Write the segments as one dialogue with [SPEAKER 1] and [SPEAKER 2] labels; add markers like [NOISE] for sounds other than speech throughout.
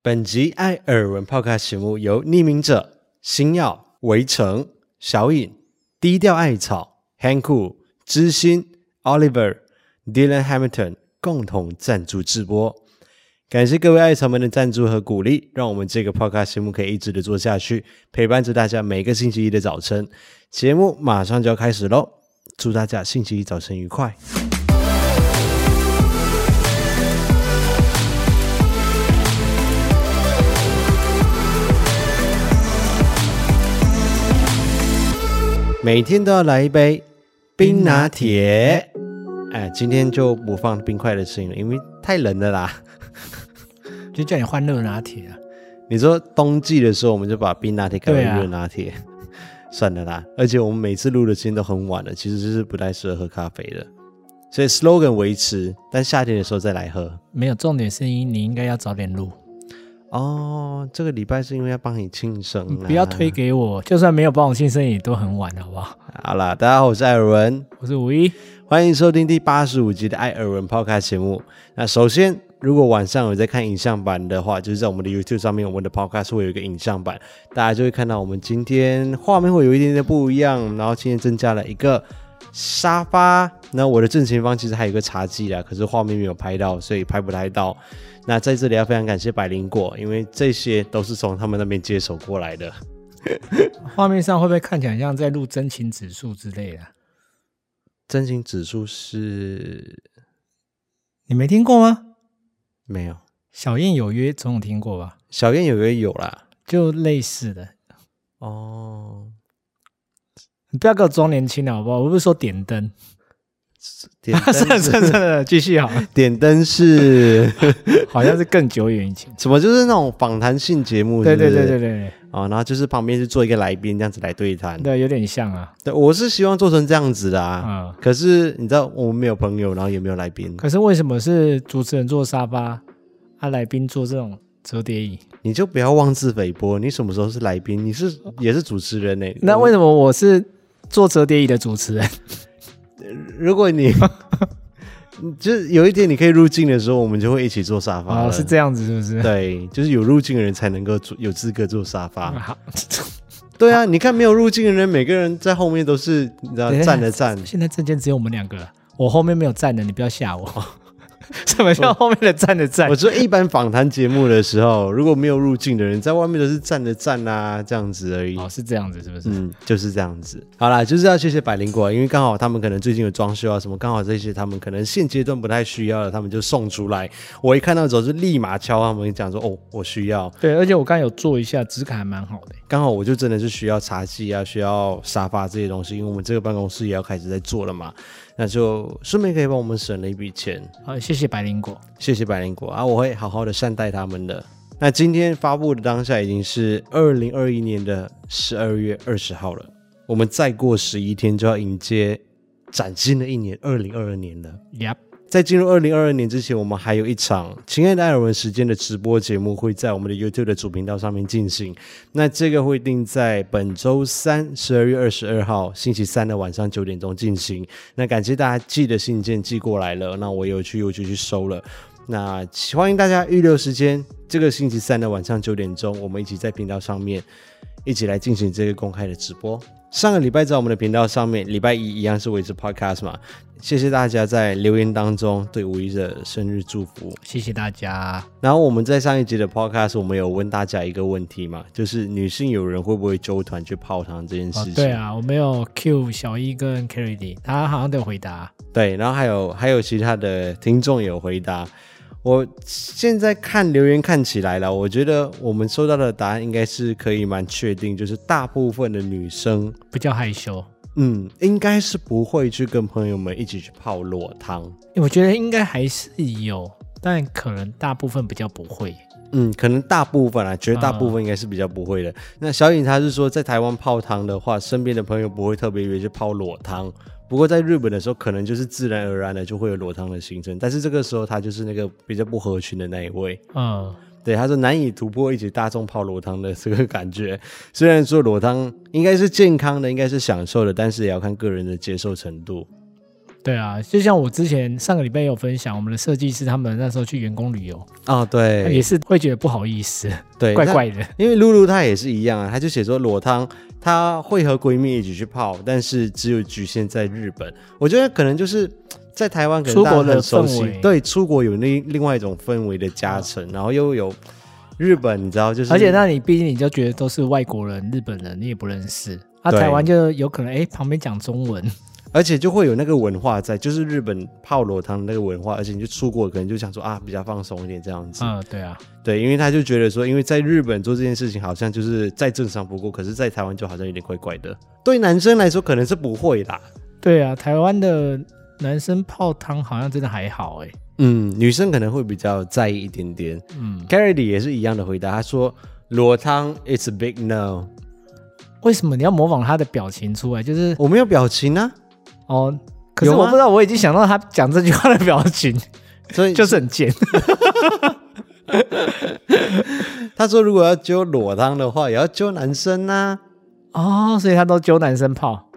[SPEAKER 1] 本集《艾尔文 Podcast》节目由匿名者、星耀、围城、小影、低调艾草、Hanku、知心、Oliver、Dylan Hamilton 共同赞助直播。感谢各位艾草们的赞助和鼓励，让我们这个 Podcast 节目可以一直的做下去，陪伴着大家每个星期一的早晨。节目马上就要开始喽，祝大家星期一早晨愉快！每天都要来一杯冰拿铁。哎，今天就不放冰块的声音了，因为太冷了啦。
[SPEAKER 2] 就叫你换热拿铁啊。
[SPEAKER 1] 你说冬季的时候，我们就把冰拿铁改为
[SPEAKER 2] 对啊
[SPEAKER 1] 热拿铁， [LAUGHS] 算了啦。而且我们每次录的时间都很晚了，其实是不太适合喝咖啡的。所以 slogan 维持，但夏天的时候再来喝。
[SPEAKER 2] 没有，重点是因你应该要早点录，
[SPEAKER 1] 哦，这个礼拜是因为要帮你庆生、啊
[SPEAKER 2] 你不要推。给我，就算没有帮我庆生也都很晚，好不好？
[SPEAKER 1] 好啦，大家好，我是艾尔文，
[SPEAKER 2] 我是五一，
[SPEAKER 1] 欢迎收听第八十五集的《艾尔文 Podcast》节目。那首先，如果晚上有在看影像版的话，就是在我们的 YouTube 上面，我们的 Podcast 会有一个影像版，大家就会看到我们今天画面会有一点点不一样。然后今天增加了一个沙发，那我的正前方其实还有一个茶几啦，可是画面没有拍到，所以拍不太到。那在这里要非常感谢百灵果，因为这些都是从他们那边接手过来的。
[SPEAKER 2] 画面上会不会看起来像在录真情指数之类的啊？
[SPEAKER 1] 真情指数是
[SPEAKER 2] 你没听过吗？
[SPEAKER 1] 没有，
[SPEAKER 2] 小燕有约总有听过吧？
[SPEAKER 1] 小燕有个有啦。
[SPEAKER 2] 就类似的，
[SPEAKER 1] 哦，
[SPEAKER 2] 你不要给我装年轻了，好不好？我不是说点灯， [LAUGHS]
[SPEAKER 1] 点
[SPEAKER 2] 算了
[SPEAKER 1] 灯
[SPEAKER 2] 算了算了，继续好了，
[SPEAKER 1] 点灯是。
[SPEAKER 2] [LAUGHS] 好像是更久远以前
[SPEAKER 1] 什么？就是那种访谈性节目
[SPEAKER 2] 对对对
[SPEAKER 1] 对。
[SPEAKER 2] 对对
[SPEAKER 1] 哦，然后就是旁边是做一个来宾这样子来对谈
[SPEAKER 2] 对，。对有点像啊，
[SPEAKER 1] 对，我是希望做成这样子的啊。
[SPEAKER 2] 嗯。
[SPEAKER 1] 可是你知道，我们没有朋友，然后也没有来宾，
[SPEAKER 2] 可是为什么是主持人坐沙发，啊来宾坐这种折叠椅？
[SPEAKER 1] 你就不要妄自菲薄。你什么时候是来宾？你是也是主持人呢、
[SPEAKER 2] 那为什么我是坐折叠椅的
[SPEAKER 1] [LAUGHS]
[SPEAKER 2] 主持人？
[SPEAKER 1] 如果
[SPEAKER 2] [LAUGHS]
[SPEAKER 1] 你就是有一天你可以入境的时候，我们就会一起坐沙发
[SPEAKER 2] 哦，
[SPEAKER 1] 了。
[SPEAKER 2] 是这样子，是不 [LAUGHS] 是？
[SPEAKER 1] 对，就是有入境的人才能够坐，有资格坐沙发。
[SPEAKER 2] 啊 [LAUGHS] 好，
[SPEAKER 1] 对啊，你看没有入境的人，每个人在后面都是你知道
[SPEAKER 2] 等一下
[SPEAKER 1] 站的站，
[SPEAKER 2] 现在证件只有我们两个了，我后面没有站的，你不要吓我。 [LAUGHS] 什么叫后面的站的站
[SPEAKER 1] 哦我？说一般访谈节目的时候，
[SPEAKER 2] [LAUGHS]
[SPEAKER 1] 如果没有入境的人，在外面都是站着站啊，这样子而已。
[SPEAKER 2] 哦，是这样子，是不是？
[SPEAKER 1] 嗯，就是这样子。好啦，就是要谢谢百灵果，因为刚好他们可能最近有装修啊什么，刚好这些他们可能现阶段不太需要了，他们就送出来。我一看到的时候就立马敲他们讲说，哦，我需要。
[SPEAKER 2] 对，而且我刚有做一下，质感还蛮好的。
[SPEAKER 1] 刚好我就真的是需要茶几啊，需要沙发这些东西，因为我们这个办公室也要开始在做了嘛，那就顺便可以帮我们省了一笔钱。
[SPEAKER 2] 好，谢谢白灵果。
[SPEAKER 1] 谢谢百灵果啊，我会好好的善待他们的。那今天发布的当下已经是二零二一年的十二月二十号了，我们再过十一天就要迎接崭新的一年二零二二年了。
[SPEAKER 2] Yep，
[SPEAKER 1] 在进入二零二二年之前，我们还有一场《亲爱的艾尔文》时间的直播节目会在我们的 YouTube 的主频道上面进行。那这个会定在本周三，十二月二十二号星期三的晚上九点钟进行。那感谢大家寄的信件寄过来了，那我有去邮局去收了。那欢迎大家预留时间，这个星期三的晚上九点钟，我们一起在频道上面一起来进行这个公开的直播。上个礼拜在我们的频道上面，礼拜一一样是维持 podcast 嘛，谢谢大家在留言当中对五一的生日祝福。
[SPEAKER 2] 谢谢大家。
[SPEAKER 1] 然后我们在上一集的 podcast 我们有问大家一个问题嘛，就是女性友人会不会纠团去泡汤这件事
[SPEAKER 2] 哦
[SPEAKER 1] 情？，
[SPEAKER 2] 对啊，我没有 Q 小一跟 Carry D，他好像都有回答。
[SPEAKER 1] 对，然后还有还有其他的听众有回答。我现在看留言看起来了，我觉得我们收到的答案应该是可以蛮确定，就是大部分的女生，
[SPEAKER 2] 比较害羞。
[SPEAKER 1] 嗯，应该是不会去跟朋友们一起去泡裸汤，
[SPEAKER 2] 我觉得应该还是有，但可能大部分比较不会。
[SPEAKER 1] 嗯，可能大部分啊，绝大部分应该是比较不会的。那小颖她是说，在台湾泡汤的话，身边的朋友不会特别约去泡裸汤。不过在日本的时候，可能就是自然而然的就会有裸汤的行程，但是这个时候她就是那个比较不合群的那一位。
[SPEAKER 2] 嗯，
[SPEAKER 1] 对，他说难以突破一起大众泡裸汤的这个感觉。虽然说裸汤应该是健康的，应该是享受的，但是也要看个人的接受程度。
[SPEAKER 2] 对啊，就像我之前上个礼拜也有分享，我们的设计师他们那时候去员工旅游，
[SPEAKER 1] 啊，
[SPEAKER 2] 也
[SPEAKER 1] 对
[SPEAKER 2] 是会觉得不好意思，
[SPEAKER 1] 对，
[SPEAKER 2] 哦怪
[SPEAKER 1] 那
[SPEAKER 2] 怪的。
[SPEAKER 1] 因为露露她也是一样啊，她就写说裸汤，她会和闺蜜一起去泡，但是只有局限在日本。我觉得可能就是在台湾可能
[SPEAKER 2] 出
[SPEAKER 1] 大家
[SPEAKER 2] 国的
[SPEAKER 1] 很熟
[SPEAKER 2] 氛
[SPEAKER 1] 悉
[SPEAKER 2] 围，
[SPEAKER 1] 对，出国有另另外一种氛围的加成，然后又有日本，你知道就是，
[SPEAKER 2] 而且那你毕竟你就觉得都是外国人、日本人，你也不认识。啊，
[SPEAKER 1] 对
[SPEAKER 2] 台湾就有可能哎、旁边讲中文，
[SPEAKER 1] 而且就会有那个文化在，就是日本泡裸汤的那个文化，而且你就出国可能就想说啊比较放松一点这样子，
[SPEAKER 2] 嗯，对啊，
[SPEAKER 1] 对，因为他就觉得说，因为在日本做这件事情好像就是再正常不过，可是在台湾就好像有点怪怪的。对男生来说可能是不会啦，
[SPEAKER 2] 对啊，台湾的男生泡汤好像真的还好哎、
[SPEAKER 1] 嗯，女生可能会比较在意一点点。
[SPEAKER 2] 嗯，
[SPEAKER 1] Carrie 也是一样的回答，她说裸汤 it's a big no，
[SPEAKER 2] 为什么你要模仿他的表情出来？就是
[SPEAKER 1] 我没有表情啊，
[SPEAKER 2] 哦，可是
[SPEAKER 1] 有吗
[SPEAKER 2] 我不知道，我已经想到他讲这句话的表 [LAUGHS] 情，
[SPEAKER 1] 所以
[SPEAKER 2] 就是很贱。
[SPEAKER 1] 她说如果要揪裸汤的话，也要揪男生啊呐、
[SPEAKER 2] 哦，所以他都揪男生 [LAUGHS] 泡。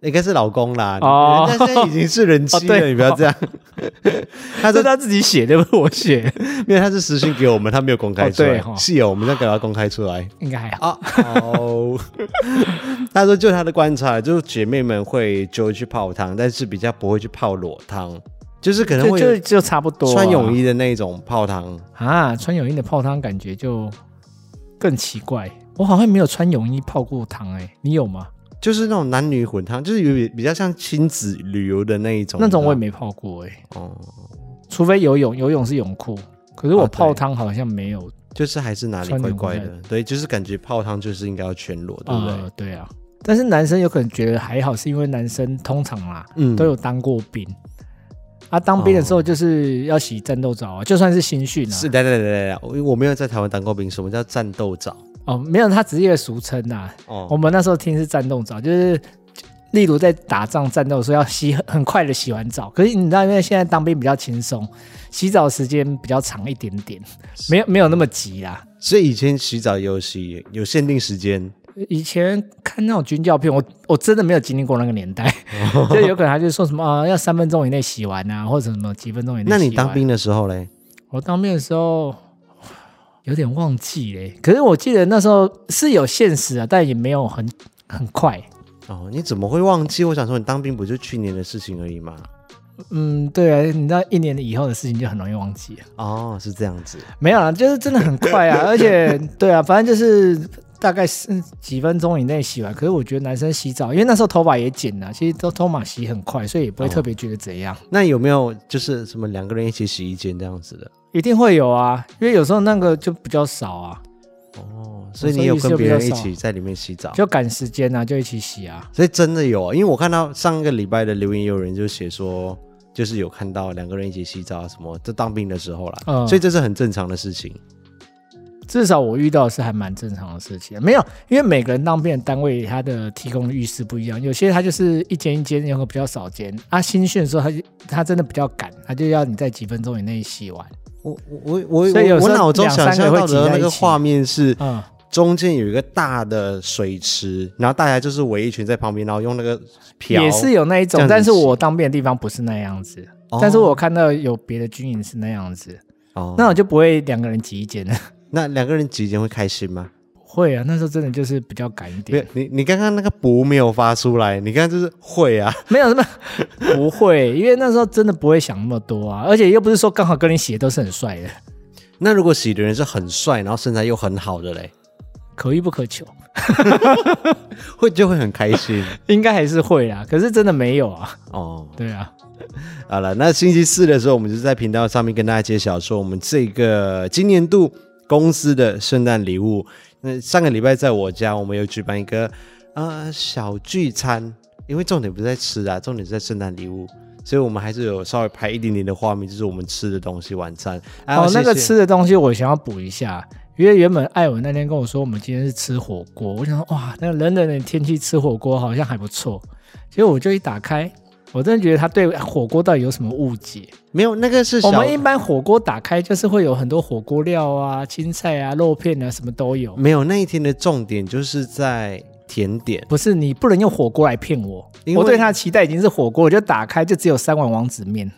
[SPEAKER 1] 应该是老公啦，
[SPEAKER 2] 哦
[SPEAKER 1] 人家现在已经是人妻了，
[SPEAKER 2] [LAUGHS] 哦对
[SPEAKER 1] 你不要这样。
[SPEAKER 2] 他是他自己写的，不是我写，
[SPEAKER 1] 因为他是私信给我们，他没有公开出
[SPEAKER 2] 哦
[SPEAKER 1] 来，
[SPEAKER 2] 对哦
[SPEAKER 1] 是有我们再给他公开出来。
[SPEAKER 2] 应该还好。
[SPEAKER 1] 啊哦， [LAUGHS] 他说就他的观察，就是姐妹们会就去泡汤，但是比较不会去泡裸汤，就是可能
[SPEAKER 2] 就
[SPEAKER 1] 会
[SPEAKER 2] 就
[SPEAKER 1] 有
[SPEAKER 2] 就差不多啊、
[SPEAKER 1] 穿泳衣的那种泡汤。
[SPEAKER 2] 啊，穿泳衣的泡汤感觉就更奇怪。我好像没有穿泳衣泡过汤哎、你有吗？
[SPEAKER 1] 就是那种男女混汤，就是有点比较像亲子旅游的那一种，
[SPEAKER 2] 那种我也
[SPEAKER 1] 你
[SPEAKER 2] 没泡过哎、
[SPEAKER 1] 知道吗哦，
[SPEAKER 2] 除非游泳，游泳是泳裤，可是
[SPEAKER 1] 啊
[SPEAKER 2] 我
[SPEAKER 1] 对
[SPEAKER 2] 泡汤好像没有。
[SPEAKER 1] 就是还是哪里
[SPEAKER 2] 穿
[SPEAKER 1] 怪
[SPEAKER 2] 泳
[SPEAKER 1] 怪
[SPEAKER 2] 裤
[SPEAKER 1] 的，对，就是感觉泡汤就是应该要全裸，对不对？
[SPEAKER 2] 呃，对啊。但是男生有可能觉得还好，是因为男生通常啦、
[SPEAKER 1] 嗯哦
[SPEAKER 2] 都有当过兵。啊，当兵的时候就是要洗战斗澡啊，就算是新训啊，
[SPEAKER 1] 是，来来来来来，我我没有在台湾当过兵，什么叫战斗澡？
[SPEAKER 2] 哦，没有，它只是一个俗称啊。我
[SPEAKER 1] 哦，
[SPEAKER 2] 们那时候听是战斗澡，就是例如在打仗战斗的时候要洗很很快的洗完澡，可是你知道，因为现在当兵比较轻松，洗澡时间比较长一点点，没有没有那么急啦。
[SPEAKER 1] 所以以前洗澡有洗有限定时间，
[SPEAKER 2] 以前看那种军教片，我我真的没有经历过那个年
[SPEAKER 1] [LAUGHS]
[SPEAKER 2] 代，就有可能他就说什么啊，要三分钟以内洗完啊，或者什么几分钟以内洗
[SPEAKER 1] 那
[SPEAKER 2] 完。
[SPEAKER 1] 你当？兵的时候嘞？
[SPEAKER 2] 我当兵的时候有点忘记嘞，可是我记得那时候是有限时啊，但也没有很很快。
[SPEAKER 1] 哦，你怎么会忘记？我想说，你当兵不就去年的事情而已吗？
[SPEAKER 2] 嗯，对啊，你知道一年以后的事情就很容易忘记了。
[SPEAKER 1] 哦，是这样子。
[SPEAKER 2] 没有啦，就是真的很快啊，而且对啊，反正就是大概是几分钟以内洗完。可是我觉得男生洗澡，因为那时候头发也剪了，其实都头发洗很快，所以也不会特别觉得怎样。
[SPEAKER 1] 那有没有就是什么两个人一起洗衣间这样子的？
[SPEAKER 2] 一定会有啊，因为有时候那个就比较少啊，
[SPEAKER 1] 哦，所以你有跟别人一起在里面洗澡？
[SPEAKER 2] 就赶时间啊，就一起洗啊。
[SPEAKER 1] 所以真的有啊，因为我看到上个礼拜的留言，有人就写说，就是有看到两个人一起洗澡啊什么，就当兵的时候啦，
[SPEAKER 2] 嗯
[SPEAKER 1] 所以这是很正常的事情。
[SPEAKER 2] 至少我遇到的是还蛮正常的事情，没有，因为每个人当兵的单位他的提供的浴室不一样，有些他就是一间一间，有个比较少间。啊，新训的时候他就他真的比较赶，他就要你在几分钟以内洗完。
[SPEAKER 1] 我我我
[SPEAKER 2] 所以
[SPEAKER 1] 我
[SPEAKER 2] 有时
[SPEAKER 1] 我
[SPEAKER 2] 候
[SPEAKER 1] 脑中想象到的那
[SPEAKER 2] 两三个会挤在
[SPEAKER 1] 个
[SPEAKER 2] 一起
[SPEAKER 1] 画面是，
[SPEAKER 2] 嗯，
[SPEAKER 1] 中间有一个大的水池，然后大家就是围一圈在旁边，然后用那个瓢，
[SPEAKER 2] 也是有那一
[SPEAKER 1] 这
[SPEAKER 2] 种
[SPEAKER 1] 样，子
[SPEAKER 2] 但是我当兵的地方不是那样子，
[SPEAKER 1] 哦
[SPEAKER 2] 但是我看到有别的军营是那样子，
[SPEAKER 1] 哦，
[SPEAKER 2] 那我就不会两个人挤一间了。
[SPEAKER 1] 那两个人挤一间会开心吗？
[SPEAKER 2] 会啊，那时候真的就是比较赶一
[SPEAKER 1] 没有
[SPEAKER 2] 点，，
[SPEAKER 1] 你你刚刚那个不没有发出来，你刚刚就是会啊，
[SPEAKER 2] 没有什么不会，因为那时候真的不会想那么多啊，而且又不是说刚好跟你写的都是很帅的，
[SPEAKER 1] 那如果洗的人是很帅，然后身材又很好的嘞，
[SPEAKER 2] 可遇不可求。
[SPEAKER 1] 会就会很开
[SPEAKER 2] [LAUGHS]
[SPEAKER 1] 心
[SPEAKER 2] 应该还是会啦，可是真的没有
[SPEAKER 1] [LAUGHS]
[SPEAKER 2] 啊。
[SPEAKER 1] 哦。
[SPEAKER 2] 对啊，
[SPEAKER 1] 好了，那星期四的时候，我们就在频道上面跟大家揭晓说我们这个今年度公司的圣诞礼物。那上个礼拜在我家，我们有举办一个呃小聚餐，因为重点不是在吃啊，重点是在圣诞礼物，所以我们还是有稍微拍一点点的画面，就是我们吃的东西晚餐。啊
[SPEAKER 2] 哦，那个
[SPEAKER 1] 谢谢
[SPEAKER 2] 吃的东西我想要补一下，因为原本艾文那天跟我说我们今天是吃火锅，我想说哇，那个冷冷的天气吃火锅好像还不错。结果我就一打开，我真的觉得他对火锅到底有什么误解？
[SPEAKER 1] 没有那个是小
[SPEAKER 2] 我们一般火锅打开就是会有很多火锅料啊、青菜啊、肉片啊，什么都有。
[SPEAKER 1] 没有那一天的重点就是在甜点，
[SPEAKER 2] 不是你不能用火锅来骗我
[SPEAKER 1] 因，为
[SPEAKER 2] 我对它的期待已经是火锅，我就打开就只有三碗王
[SPEAKER 1] [LAUGHS]
[SPEAKER 2] 子面，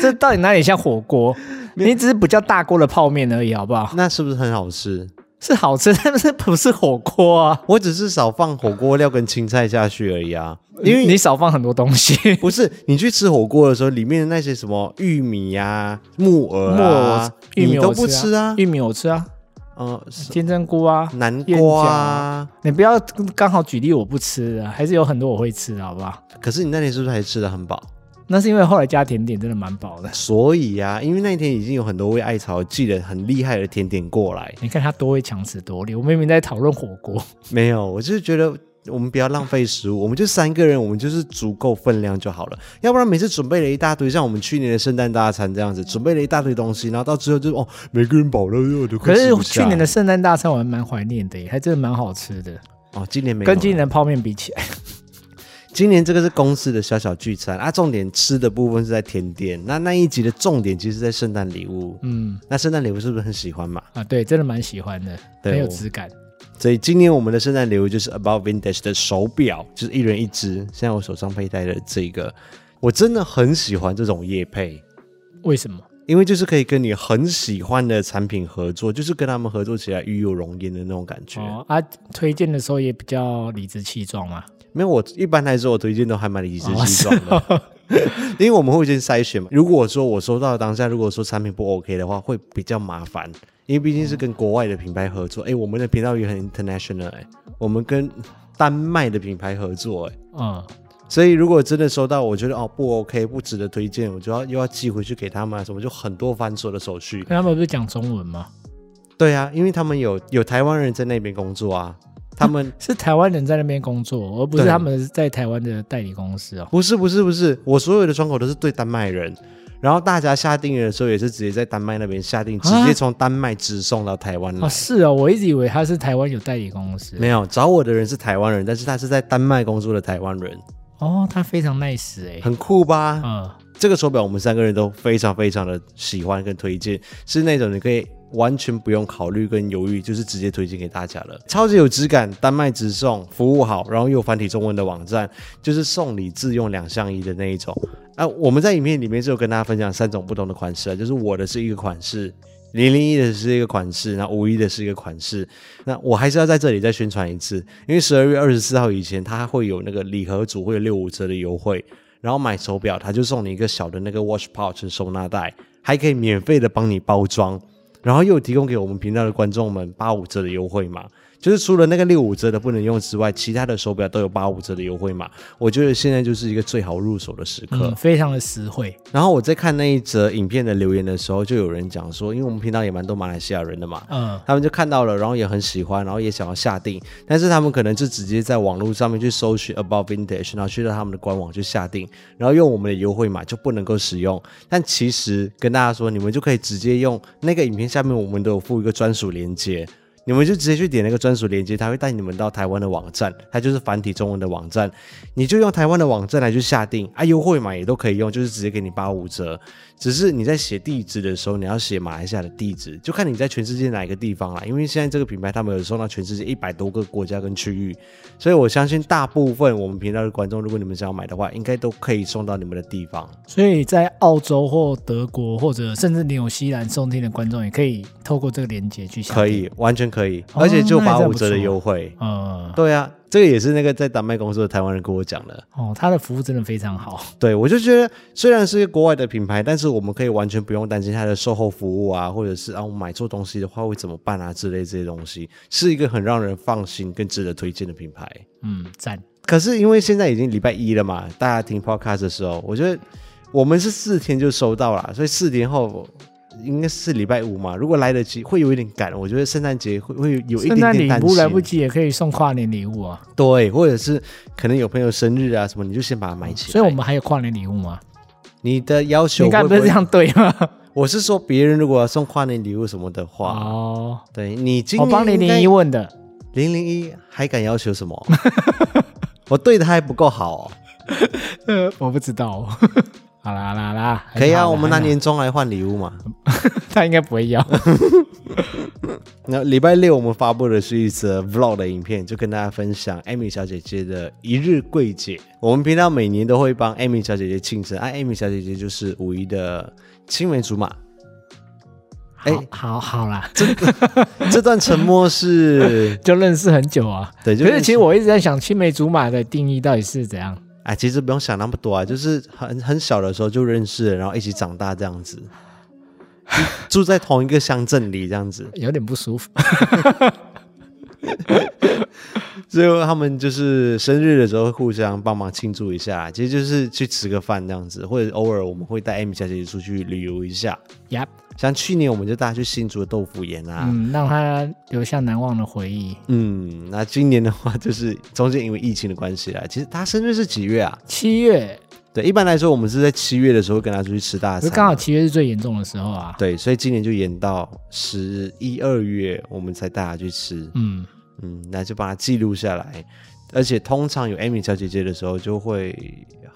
[SPEAKER 2] 这到底哪里像火锅？你只是不叫大锅的泡面而已，好不好？
[SPEAKER 1] 那是不是很好吃？
[SPEAKER 2] 是好吃，但是不是火锅啊？
[SPEAKER 1] 我只是少放火锅料跟青菜下去而已啊，因为
[SPEAKER 2] 你你少放很多东西，
[SPEAKER 1] 不是你去吃火锅的时候，里面的那些什么玉米呀、木耳
[SPEAKER 2] 木耳
[SPEAKER 1] 啊、、
[SPEAKER 2] 玉米
[SPEAKER 1] 你
[SPEAKER 2] 我
[SPEAKER 1] 都不吃啊，
[SPEAKER 2] 玉米我吃啊，
[SPEAKER 1] 呃，
[SPEAKER 2] 金针菇啊，
[SPEAKER 1] 南
[SPEAKER 2] 燕
[SPEAKER 1] 瓜
[SPEAKER 2] 饺
[SPEAKER 1] 啊。
[SPEAKER 2] 你不要刚好举例我不吃的，还是有很多我会吃的，好不好？
[SPEAKER 1] 可是你那天是不是还吃的很饱？
[SPEAKER 2] 那是因为后来加甜点真的蛮饱的，
[SPEAKER 1] 所以啊，因为那一天已经有很多位艾草寄了很厉害的甜点过来，
[SPEAKER 2] 你看他多会强词夺理，我明明在讨论火锅，
[SPEAKER 1] 没有，我就是觉得我们不要浪费食物，我们就三个人，我们就是足够分量就好了。要不然每次准备了一大堆，像我们去年的圣诞大餐这样子，准备了一大堆东西，然后到最后就哦，每个人饱了又都
[SPEAKER 2] 可
[SPEAKER 1] 快吃
[SPEAKER 2] 是
[SPEAKER 1] 不下
[SPEAKER 2] 去年的圣诞大餐我还蛮怀念的耶，还真的蛮好吃的，
[SPEAKER 1] 哦，今年没有
[SPEAKER 2] 跟今年的泡面比起来，
[SPEAKER 1] 今年这个是公司的小小聚餐啊，重点吃的部分是在甜点。那那一集的重点其实在圣诞礼物，
[SPEAKER 2] 嗯
[SPEAKER 1] 那圣诞礼物是不是很喜欢嘛？
[SPEAKER 2] 啊，对，真的蛮喜欢的，
[SPEAKER 1] 对
[SPEAKER 2] 很有
[SPEAKER 1] 我
[SPEAKER 2] 质感。
[SPEAKER 1] 所以今年我们的圣诞礼物就是 About Vintage 的手表，就是一人一只。现在我手上佩戴的这个，我真的很喜欢这种夜配，
[SPEAKER 2] 为什么？
[SPEAKER 1] 因为就是可以跟你很喜欢的产品合作，就是跟他们合作起来与有荣焉的那种感觉。
[SPEAKER 2] 哦啊，推荐的时候也比较理直气壮嘛。
[SPEAKER 1] 没有，我一般来说我推荐都还蛮理直
[SPEAKER 2] 哦
[SPEAKER 1] 气壮的，因为我们会先筛选嘛。如果说我收到的当下，如果说产品不 OK 的话，会比较麻烦，因为毕竟是跟国外的品牌合作。哎、我们的频道也很 international，哎、我们跟丹麦的品牌合作、哎，
[SPEAKER 2] 嗯，
[SPEAKER 1] 所以如果真的收到，我觉得哦不 OK，不值得推荐，我就要又要寄回去给他们啊，什么就很多繁琐的手续
[SPEAKER 2] 可。他们不是讲中文吗？
[SPEAKER 1] 对啊，因为他们有有台湾人在那边工作啊，他们
[SPEAKER 2] 是台湾人在那边工作，而不是
[SPEAKER 1] 对
[SPEAKER 2] 他们在台湾的代理公司哦。
[SPEAKER 1] 不是不是不是，我所有的窗口都是对丹麦人，然后大家下订的时候也是直接在丹麦那边下订，直
[SPEAKER 2] 啊
[SPEAKER 1] 接从丹麦直送到台湾来。
[SPEAKER 2] 哦，是哦，我一直以为他是台湾有代理公司。
[SPEAKER 1] 没有找我的人是台湾人，但是他是在丹麦工作的台湾人，
[SPEAKER 2] 哦，他非常 nice 哎、
[SPEAKER 1] 很酷吧？
[SPEAKER 2] 嗯，
[SPEAKER 1] 这个手表我们三个人都非常非常的喜欢跟推荐，是那种你可以完全不用考虑跟犹豫，就是直接推荐给大家了，超级有质感，丹麦直送，服务好，然后又有繁体中文的网站，就是送礼自用两相宜的那一种。啊，我们在影片里面是有跟大家分享三种不同的款式啊，就是我的是一个款式。零零一的是一个款式，那五一的是一个款式，那我还是要在这里再宣传一次，因为十二月二十四号以前，它会有那个礼盒组会有六五折的优惠，然后买手表，它就送你一个小的那个 watch pouch 收纳袋，还可以免费的帮你包装，然后又有提供给我们频道的观众们八五折的优惠码。就是除了那个六五折的不能用之外，其他的手表都有八五折的优惠码。我觉得现在就是一个最好入手的时刻。
[SPEAKER 2] 嗯，非常的实惠。
[SPEAKER 1] 然后我在看那一则影片的留言的时候，就有人讲说，因为我们频道也蛮多马来西亚人的嘛，
[SPEAKER 2] 嗯，
[SPEAKER 1] 他们就看到了，然后也很喜欢，然后也想要下定，但是他们可能就直接在网络上面去搜寻 About Vintage，然后去到他们的官网去下定，然后用我们的优惠码就不能够使用。但其实跟大家说，你们就可以直接用那个影片下面我们都有附一个专属链接。你们就直接去点那个专属链接，它会带你们到台湾的网站，它就是繁体中文的网站，你就用台湾的网站来去下定啊，优惠码也都可以用，就是直接给你八五折。只是你在写地址的时候，你要写马来西亚的地址，就看你在全世界哪一个地方啦。因为现在这个品牌他们有送到全世界一百多个国家跟区域，所以我相信大部分我们频道的观众，如果你们想要买的话，应该都可以送到你们的地方。
[SPEAKER 2] 所以在澳洲或德国或者甚至纽西兰收听的观众，也可以透过这个连接去下
[SPEAKER 1] 可
[SPEAKER 2] 定。
[SPEAKER 1] 以，完全可以，
[SPEAKER 2] 哦
[SPEAKER 1] 而且就
[SPEAKER 2] 那还
[SPEAKER 1] 八
[SPEAKER 2] 真
[SPEAKER 1] 五
[SPEAKER 2] 不错
[SPEAKER 1] 折的优惠。
[SPEAKER 2] 嗯，
[SPEAKER 1] 对啊，这个也是那个在丹麦工作的台湾人跟我讲的。
[SPEAKER 2] 哦，他的服务真的非常好。
[SPEAKER 1] 对，我就觉得虽然是一个国外的品牌，但是我们可以完全不用担心它的售后服务啊，或者是啊我买错东西的话会怎么办啊之类这些东西，是一个很让人放心跟值得推荐的品牌。
[SPEAKER 2] 嗯，赞。
[SPEAKER 1] 可是因为现在已经礼拜一了嘛，大家听 podcast 的时候，我觉得我们是四天就收到了，所以四天后。应该是礼拜五嘛，如果来得及，会有一点赶。我觉得圣诞节会会有有一
[SPEAKER 2] 圣
[SPEAKER 1] 点
[SPEAKER 2] 诞
[SPEAKER 1] 点
[SPEAKER 2] 礼
[SPEAKER 1] 担
[SPEAKER 2] 物
[SPEAKER 1] 心，
[SPEAKER 2] 来不及，也可以送跨年礼物啊。
[SPEAKER 1] 对，或者是可能有朋友生日啊什么，你就先把它买起来。
[SPEAKER 2] 所以我们还有跨年礼物吗？
[SPEAKER 1] 你的要求
[SPEAKER 2] 你刚
[SPEAKER 1] 会
[SPEAKER 2] 才不是
[SPEAKER 1] 会
[SPEAKER 2] 这样对吗？
[SPEAKER 1] 我是说，别人如果要送跨年礼物什么的话，
[SPEAKER 2] 哦，
[SPEAKER 1] 对你今
[SPEAKER 2] 我
[SPEAKER 1] 年
[SPEAKER 2] 帮零零一问的。
[SPEAKER 1] 零零一还敢要求什么？ [LAUGHS] 我对他还不够好、哦，
[SPEAKER 2] 呃，我不知道哦、 [LAUGHS] 好啦好啦好啦，
[SPEAKER 1] 可以
[SPEAKER 2] 很
[SPEAKER 1] 啊，
[SPEAKER 2] 好啦
[SPEAKER 1] 我们拿
[SPEAKER 2] 很好
[SPEAKER 1] 年终来换礼物嘛。
[SPEAKER 2] 他应该不会要。
[SPEAKER 1] 那礼拜六我们发布的是一则 vlog 的影片，就跟大家分享艾米小姐姐的一日柜姐。我们频道每年都会帮艾米小姐姐庆生，啊，艾米小姐姐就是五一的青梅竹马。 [LAUGHS] 哎
[SPEAKER 2] 好好好啦，
[SPEAKER 1] 这段沉默是 [LAUGHS]
[SPEAKER 2] 就认识很久啊。
[SPEAKER 1] 对 [LAUGHS] 就
[SPEAKER 2] 可是
[SPEAKER 1] 认识
[SPEAKER 2] 其实我一直在想，青梅竹马的定义到底是怎样？
[SPEAKER 1] 啊，其实不用想那么多啊，就是很很小的时候就认识了，然后一起长大这样子，
[SPEAKER 2] [LAUGHS]
[SPEAKER 1] 住在同一个乡镇里这样子，
[SPEAKER 2] 有点不舒服。 [LAUGHS]
[SPEAKER 1] 最后他们就是生日的时候会互相帮忙庆祝一下，其实就是去吃个饭这样子，或者偶尔我们会带 Amy 小姐姐出去旅游一下。
[SPEAKER 2] 呀，
[SPEAKER 1] 像去年我们就带她去新竹的豆腐岩啊，
[SPEAKER 2] 嗯，让他留下难忘的回忆。
[SPEAKER 1] 嗯那今年的话就是中间因为疫情的关系啦，其实她生日是几月啊？
[SPEAKER 2] 七月，
[SPEAKER 1] 对，一般来说我们是在七月的时候会跟她出去吃大
[SPEAKER 2] 可是
[SPEAKER 1] 餐，
[SPEAKER 2] 刚好七月是最严重的时候啊。
[SPEAKER 1] 对，所以今年就延到十一二月我们才带她去吃，
[SPEAKER 2] 嗯，
[SPEAKER 1] 嗯，那就把它记录下来。而且通常有 Amy 小姐姐的时候就会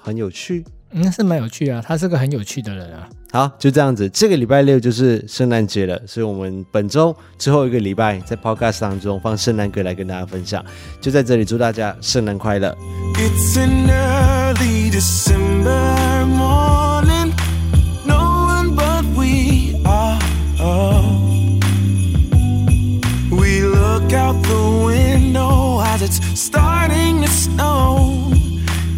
[SPEAKER 1] 很有趣，
[SPEAKER 2] 应该是蛮有趣啊。他是个很有趣的人啊。
[SPEAKER 1] 好，就这样子。这个礼拜六就是圣诞节了，所以我们本周最后一个礼拜在 Podcast 当中放圣诞歌来跟大家分享。就在这里祝大家圣诞快乐！
[SPEAKER 3] It's an early December morning. No one but we are. We look out the window as it's starting to snow.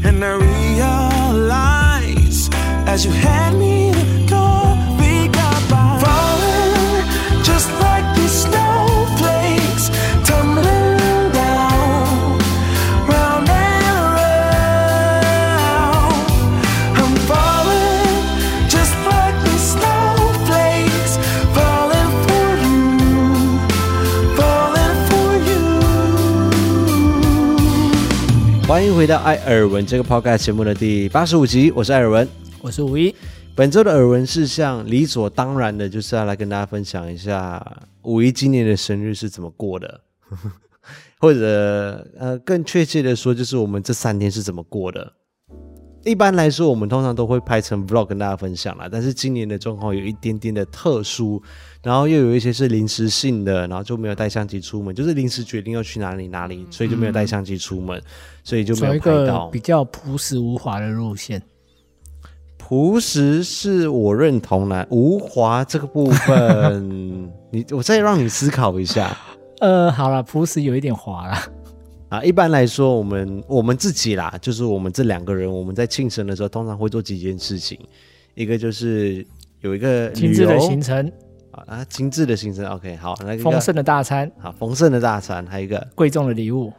[SPEAKER 3] And I realize as you hand me the door, we got by. Falling just like these snowflakes tumbling down. Round and round. I'm falling just like these snowflakes falling for you falling for you.
[SPEAKER 1] 欢迎回到艾尔文这个 Podcast 节目的第八十五集，我是艾尔文。
[SPEAKER 2] 我是五一，
[SPEAKER 1] 本周的耳闻事项，理所当然的就是要来跟大家分享一下五一今年的生日是怎么过的， [LAUGHS] 或者呃更确切的说，就是我们这三天是怎么过的。一般来说，我们通常都会拍成 vlog 跟大家分享啦，但是今年的状况有一点点的特殊，然后又有一些是临时性的，然后就没有带相机出门，就是临时决定要去哪里哪里，所以就没有带相机出门，所以就没
[SPEAKER 2] 走
[SPEAKER 1] 有
[SPEAKER 2] 一
[SPEAKER 1] 拍
[SPEAKER 2] 个
[SPEAKER 1] 到
[SPEAKER 2] 比。较朴实无华的路线。
[SPEAKER 1] 朴实是我认同的，无华这个部分，你我再让你思考一下 [LAUGHS]
[SPEAKER 2] 呃，好了，朴实有一点滑啦。
[SPEAKER 1] 啊。一般来说，我们我们自己啦，就是我们这两个人，我们在庆生的时候，通常会做几件事情，一个就是有一个
[SPEAKER 2] 精
[SPEAKER 1] 旅
[SPEAKER 2] 致
[SPEAKER 1] 游
[SPEAKER 2] 的行程，
[SPEAKER 1] 啊啊，精致的行程，OK，好，那个
[SPEAKER 2] 丰盛的大餐，
[SPEAKER 1] 啊，丰盛的大餐，还有一个
[SPEAKER 2] 贵重的礼物。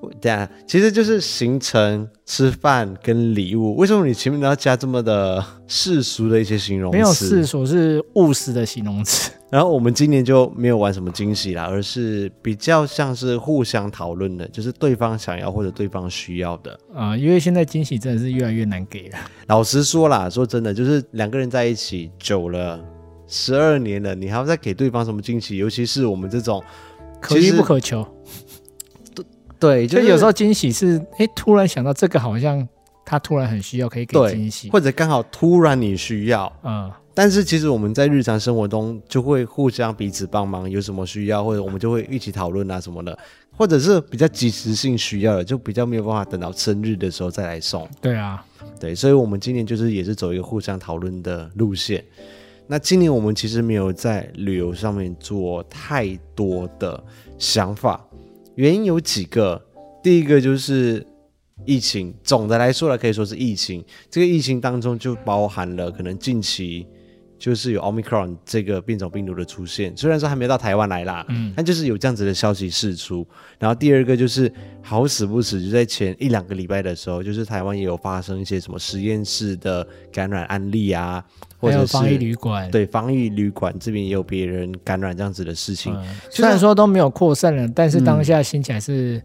[SPEAKER 1] 我等一下，其实就是行程、吃饭跟礼物。为什么你前面都要加这么的世俗的一些形容词？
[SPEAKER 2] 没有世俗是务实的形容 [LAUGHS] 词。
[SPEAKER 1] 然后我们今年就没有玩什么惊喜啦，而是比较像是互相讨论的，就是对方想要或者对方需要的。
[SPEAKER 2] 啊、因为现在惊喜真的是越来越难给了。
[SPEAKER 1] 老实说啦，说真的，就是两个人在一起久了，十二年了，你还要再给对方什么惊喜？尤其是我们这种，
[SPEAKER 2] 可
[SPEAKER 1] 其
[SPEAKER 2] 遇
[SPEAKER 1] 实
[SPEAKER 2] 不可求。
[SPEAKER 1] 对，[LAUGHS]
[SPEAKER 2] 就
[SPEAKER 1] 就是
[SPEAKER 2] 有时候惊喜是，哎，突然想到这个好像他突然很需要，可以给惊
[SPEAKER 1] 对，
[SPEAKER 2] 喜。
[SPEAKER 1] 或者刚好突然你需要，
[SPEAKER 2] 嗯，
[SPEAKER 1] 但是其实我们在日常生活中就会互相彼此帮忙，有什么需要或者我们就会一起讨论啊什么的，或者是比较及时性需要的，就比较没有办法等到生日的时候再来送。
[SPEAKER 2] 对啊，
[SPEAKER 1] 对，所以我们今年就是也是走一个互相讨论的路线。那今年我们其实没有在旅游上面做太多的想法，原因有几个。第一个就是疫情，总的来说呢，可以说是疫情。这个疫情当中就包含了可能近期就是有 Omicron 这个变种病毒的出现，虽然说还没有到台湾来啦，嗯，但就是有这样子的消息释出。然后第二个就是好死不死，就在前一两个礼拜的时候，就是台湾也有发生一些什么实验室的感染案例啊，或
[SPEAKER 2] 还
[SPEAKER 1] 者
[SPEAKER 2] 有
[SPEAKER 1] 是
[SPEAKER 2] 防疫旅馆。
[SPEAKER 1] 对防疫旅馆这边也有别人感染这样子的事情。
[SPEAKER 2] 嗯，虽然说都没有扩散了，但是当
[SPEAKER 1] 嗯
[SPEAKER 2] 下心情还是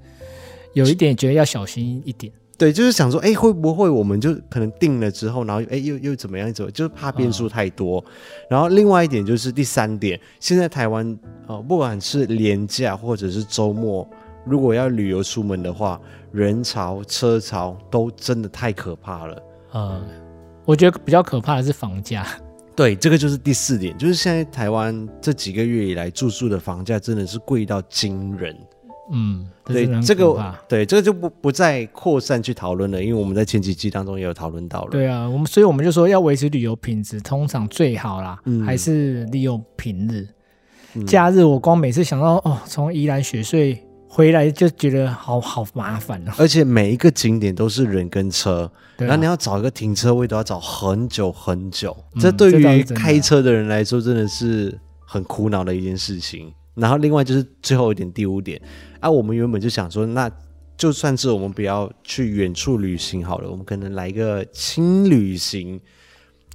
[SPEAKER 2] 有一点觉得要小心一点。
[SPEAKER 1] 对，就是想说，哎，会不会我们就可能定了之后，然后哎又又怎么样？怎么就是怕变数太多。然后另外一点就是第三点，现在台湾呃，不管是廉价或者是周末，如果要旅游出门的话，人潮车潮都真的太可怕了。
[SPEAKER 2] 嗯，我觉得比较可怕的是房价，
[SPEAKER 1] 对，这个就是第四点，就是现在台湾这几个月以来住宿的房价真的是贵到惊人。
[SPEAKER 2] 嗯，
[SPEAKER 1] 对
[SPEAKER 2] 真的很
[SPEAKER 1] 这个
[SPEAKER 2] 可怕，
[SPEAKER 1] 对这个就不不再扩散去讨论了，因为我们在前几季当中也有讨论到了。
[SPEAKER 2] 对啊，我们所以我们就说要维持旅游品质，通常最好啦，
[SPEAKER 1] 嗯
[SPEAKER 2] 还是利用平日、假日。我光每次想到哦，从宜兰雪隧回来就觉得好好麻烦哦。
[SPEAKER 1] 而且每一个景点都是人跟车，
[SPEAKER 2] 对啊
[SPEAKER 1] 然后你要找一个停车位都要找很久很久，
[SPEAKER 2] 嗯
[SPEAKER 1] 这对
[SPEAKER 2] 这倒
[SPEAKER 1] 于
[SPEAKER 2] 是真的
[SPEAKER 1] 开车的人来说真的是很苦恼的一件事情。然后另外就是最后一点，第五点啊，我们原本就想说，那就算是我们不要去远处旅行好了，我们可能来一个轻旅行。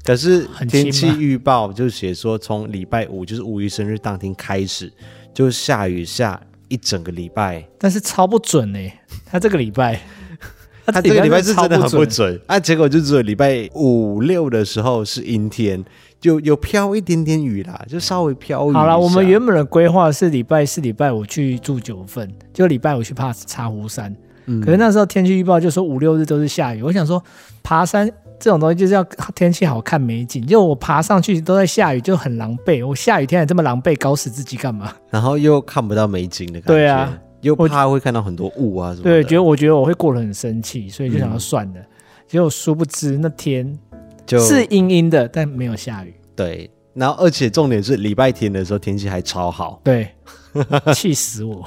[SPEAKER 1] 可是
[SPEAKER 2] 很轻
[SPEAKER 1] 天气
[SPEAKER 2] 吗
[SPEAKER 1] 预报就写说，从礼拜五就是五一生日当天开始，就下雨下一整个礼拜。
[SPEAKER 2] 但是超不准呢、他这个礼拜，
[SPEAKER 1] [LAUGHS]
[SPEAKER 2] 啊
[SPEAKER 1] 他这个礼拜是真的很
[SPEAKER 2] 超
[SPEAKER 1] 不
[SPEAKER 2] 不。
[SPEAKER 1] 准啊！结果就只有礼拜五六的时候是阴天，就有飘一点点雨啦，就稍微飘雨一下。
[SPEAKER 2] 好了，我们原本的规划是礼拜四、礼拜五去住九份，就礼拜五去爬茶壶山。
[SPEAKER 1] 嗯
[SPEAKER 2] 可是那时候天气预报就说五六日都是下雨，我想说爬山这种东西就是要天气好看美景，就我爬上去都在下雨，就很狼狈。我下雨天还这么狼狈，搞死自己干嘛？
[SPEAKER 1] 然后又看不到美景的感觉，
[SPEAKER 2] 对啊，
[SPEAKER 1] 又怕会看到很多雾啊什么的。
[SPEAKER 2] 对，觉得我觉得我会过得很生气，所以就想要算
[SPEAKER 1] 嗯
[SPEAKER 2] 了。结果殊不知那天
[SPEAKER 1] 就是
[SPEAKER 2] 阴阴的，但没有下雨。
[SPEAKER 1] 对。然后，而且重点是礼拜天的时候天气还超好，
[SPEAKER 2] 对， [LAUGHS] 气死我！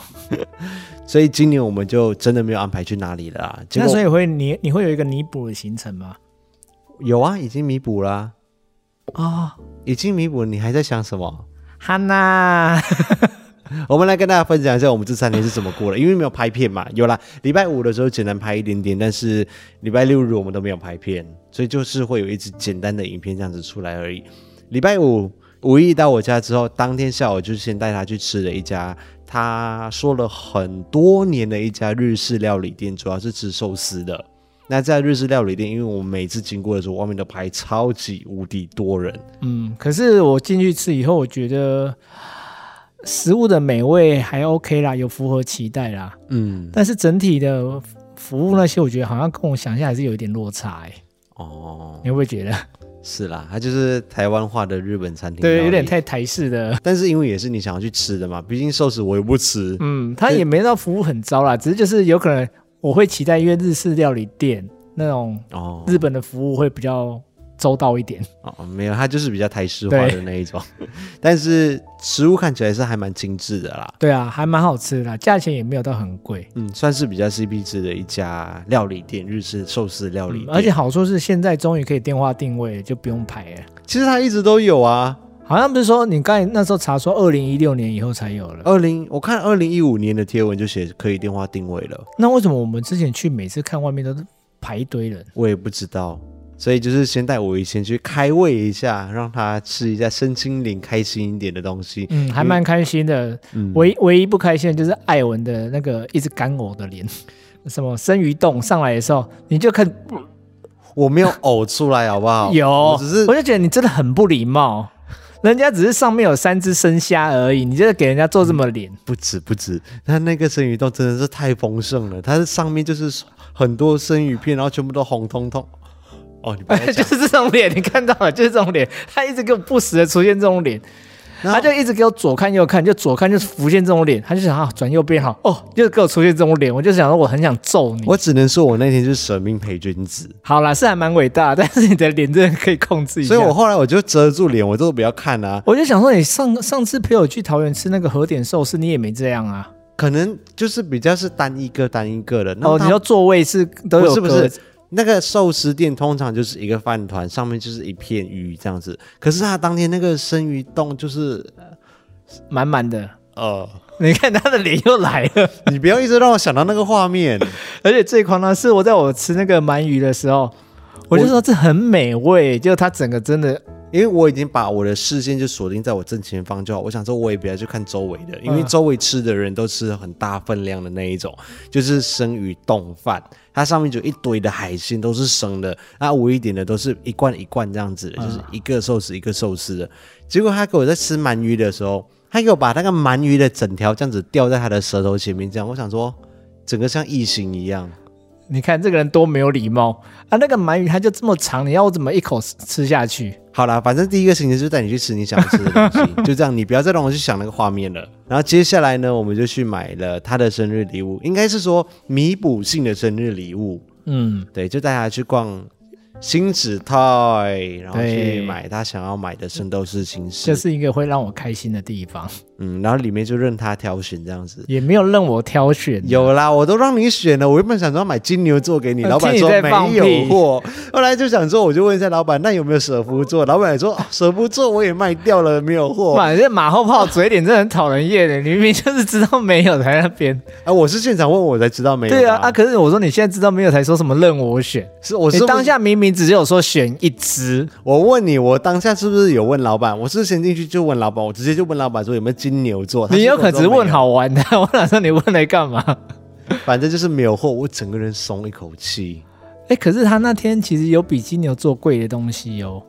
[SPEAKER 1] 所以今年我们就真的没有安排去哪里了啦。结
[SPEAKER 2] 那
[SPEAKER 1] 果
[SPEAKER 2] 所以会你你会有一个弥补的行程吗？
[SPEAKER 1] 有啊，已经弥补啦、
[SPEAKER 2] 哦，
[SPEAKER 1] 已经弥补，你还在想什么？
[SPEAKER 2] 哈娜，
[SPEAKER 1] 我们来跟大家分享一下我们这三天是怎么过的，因为没有拍片嘛。有啦，礼拜五的时候简单拍一点点，但是礼拜六日我们都没有拍片，所以就是会有一支简单的影片这样子出来而已。礼拜五五一到我家之后，当天下午就先带他去吃了一家他说了很多年的一家日式料理店，主要是吃寿司的。那在日式料理店，因为我们每次经过的时候，外面都排超级无敌多人，
[SPEAKER 2] 嗯，可是我进去吃以后，我觉得食物的美味还 OK 啦，有符合期待啦。
[SPEAKER 1] 嗯，
[SPEAKER 2] 但是整体的服务那些，我觉得好像跟我想象还是有一点落差、欸。
[SPEAKER 1] 哦，
[SPEAKER 2] 你会不会觉得？
[SPEAKER 1] 是啦，它就是台湾化的日本餐厅料理，
[SPEAKER 2] 对，有点太台式的。
[SPEAKER 1] 但是因为也是你想要去吃的嘛，毕竟寿司我也不吃。
[SPEAKER 2] 嗯，他也没到服务很糟啦，只是就是有可能我会期待，因为日式料理店那种
[SPEAKER 1] 哦
[SPEAKER 2] 日本的服务会比较周到一点。
[SPEAKER 1] 哦，没有，它就是比较台式化的那一种， [LAUGHS] 但是食物看起来是还蛮精致的啦。
[SPEAKER 2] 对啊，还蛮好吃的啦，价钱也没有到很贵。
[SPEAKER 1] 嗯，算是比较 CP 值的一家料理店，日式寿司料理
[SPEAKER 2] 嗯
[SPEAKER 1] 店。
[SPEAKER 2] 而且好处是现在终于可以电话定位，就不用排了。
[SPEAKER 1] 其实它一直都有啊。
[SPEAKER 2] 好像不是说你刚才那时候查说二零一六年以后才有了，
[SPEAKER 1] 二零我看二零一五年的贴文就写可以电话定位了，
[SPEAKER 2] 那为什么我们之前去每次看外面都是排一堆人？
[SPEAKER 1] 我也不知道。所以就是先带我以前去开胃一下，让他吃一下身心灵开心一点的东西。
[SPEAKER 2] 嗯，还蛮开心的。
[SPEAKER 1] 嗯
[SPEAKER 2] 唯唯一不开心的就是艾文的那个一直干呕的脸， [LAUGHS] 什么生鱼冻上来的时候，你就看
[SPEAKER 1] 我没有呕出来，好不好？
[SPEAKER 2] 有，
[SPEAKER 1] 哦我只是
[SPEAKER 2] 我就觉得你真的很不礼貌。人家只是上面有三只生虾而已，你就是给人家做这么脸，
[SPEAKER 1] 不止不止，它那个生鱼冻真的是太丰盛了，它是上面就是很多生鱼片，然后全部都红彤彤。哦，你不要
[SPEAKER 2] [LAUGHS] 就
[SPEAKER 1] 讲，
[SPEAKER 2] 是这种脸，你看到了，就是这种脸，他一直给我不时的出现这种脸，
[SPEAKER 1] 然
[SPEAKER 2] 他
[SPEAKER 1] 后
[SPEAKER 2] 就一直给我左看右看，就左看就是浮现这种脸，他就想啊转右边好，哦，又给我出现这种脸，我就想说我很想揍你。
[SPEAKER 1] 我只能说，我那天就是舍命陪君子，
[SPEAKER 2] 好啦，是还蛮伟大，但是你的脸真的可以控制一下。
[SPEAKER 1] 所以我后来我就遮住脸，我都不要看啊。
[SPEAKER 2] 我就想说，你上上次陪我去桃园吃那个和点寿司，你也没这样啊？
[SPEAKER 1] 可能就是比较是单一个单一个的。那
[SPEAKER 2] 哦，
[SPEAKER 1] 它
[SPEAKER 2] 你说座位是都有
[SPEAKER 1] 不是不
[SPEAKER 2] 隔
[SPEAKER 1] 是？那个寿司店通常就是一个饭团，上面就是一片鱼这样子。可是他当天那个生鱼冻就是，
[SPEAKER 2] 满满的？
[SPEAKER 1] 呃，
[SPEAKER 2] 你看他的脸又来了，
[SPEAKER 1] 你不要一直让我想到那个画面。
[SPEAKER 2] 而且最夸张的是，我在我吃那个鳗鱼的时候，我就说这很美味，结果他整个真的
[SPEAKER 1] 因为我已经把我的视线就锁定在我正前方就好，我想说我也不要去看周围的，因为周围吃的人都吃很大分量的那一种，就是生鱼冻饭，它上面就一堆的海鲜都是生的，那我一点的都是一罐一罐这样子的，就是一个寿司一个寿司的。结果他给我在吃鳗鱼的时候，他给我把那个鳗鱼的整条这样子吊在他的舌头前面，这样我想说整个像异形一样，
[SPEAKER 2] 你看这个人多没有礼貌啊！那个鳗鱼它就这么长，你要我怎么一口吃吃下去？
[SPEAKER 1] 好啦，反正第一个行程就是带你去吃你想吃的东西，就这样，你不要再让我去想那个画面了。然后接下来呢，我们就去买了他的生日礼物，应该是说弥补性的生日礼物。
[SPEAKER 2] 嗯，
[SPEAKER 1] 对，就带他去逛新纸泰，然后去
[SPEAKER 2] 对
[SPEAKER 1] 买他想要买的圣斗士星矢。
[SPEAKER 2] 这是一个会让我开心的地方，
[SPEAKER 1] 嗯，然后里面就任他挑选这样子。
[SPEAKER 2] 也没有任我挑选。
[SPEAKER 1] 有啦，我都让你选了。我原本想说买金牛座给你，
[SPEAKER 2] 呃
[SPEAKER 1] 老板
[SPEAKER 2] 听你
[SPEAKER 1] 说
[SPEAKER 2] 在
[SPEAKER 1] 没
[SPEAKER 2] 放
[SPEAKER 1] 有
[SPEAKER 2] 屁
[SPEAKER 1] 货。后来就想说，我就问一下老板，那有没有舍夫座？老板也说、哦舍夫座我也卖掉了，没有货。
[SPEAKER 2] 哇，这马后炮嘴脸真的很讨人厌的，你明明就是知道没有才在那边。
[SPEAKER 1] 哎、我是现场问我才知道没有的。
[SPEAKER 2] 对啊，啊，可是我说你现在知道没有才说什么任我选，
[SPEAKER 1] 是我
[SPEAKER 2] 你
[SPEAKER 1] 是
[SPEAKER 2] 当下明明只有说选一只，
[SPEAKER 1] 我问你，我当下是不是有问老板？我是先进去就问老板，我直接就问老板说有没有金牛座。他
[SPEAKER 2] 你
[SPEAKER 1] 是
[SPEAKER 2] 有
[SPEAKER 1] 跟我
[SPEAKER 2] 可能只
[SPEAKER 1] 说没
[SPEAKER 2] 问好玩的， [LAUGHS] 我想说你问来干嘛？
[SPEAKER 1] 反正就是没有货，我整个人松一口气。
[SPEAKER 2] 哎、可是他那天其实有比金牛座贵的东西哦。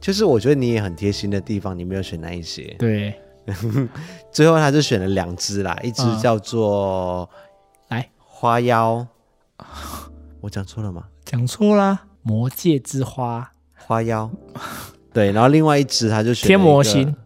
[SPEAKER 1] 就是我觉得你也很贴心的地方，你没有选那一些。
[SPEAKER 2] 对，
[SPEAKER 1] 最后他就选了两只啦，一只
[SPEAKER 2] 嗯
[SPEAKER 1] 叫做
[SPEAKER 2] 来
[SPEAKER 1] 花妖，我讲错了吗？
[SPEAKER 2] 讲错啦，魔界之花，
[SPEAKER 1] 花妖，对，然后另外一只他就选
[SPEAKER 2] 天魔星，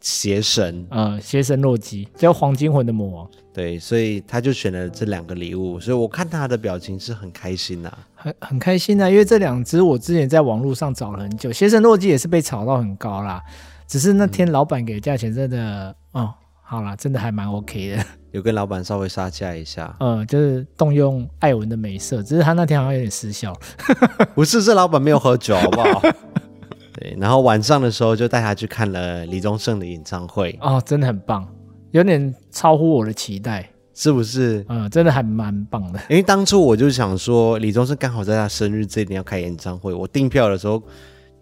[SPEAKER 1] 邪神，
[SPEAKER 2] 呃，邪神洛基，叫黄金魂的魔王，
[SPEAKER 1] 对，所以他就选了这两个礼物，所以我看他的表情是很开心呐、
[SPEAKER 2] 很很开心啊，因为这两只我之前在网络上找了很久，邪神洛基也是被炒到很高啦，只是那天老板给的价钱真的，哦，好啦，真的还蛮 OK [LAUGHS] 的，
[SPEAKER 1] 有跟老板稍微杀价一下， [LAUGHS]
[SPEAKER 2] 呃，就是动用艾文的美色，只是他那天好像有点失效，
[SPEAKER 1] 不是这老板没有喝酒，好不好？ [LAUGHS] 对，然后晚上的时候就带他去看了李宗盛的演唱会，
[SPEAKER 2] 哦，真的很棒，有点超乎我的期待，
[SPEAKER 1] 是不是？
[SPEAKER 2] 嗯、真的还蛮棒的，
[SPEAKER 1] 因为当初我就想说，李宗盛刚好在他生日这一天要开演唱会，我订票的时候，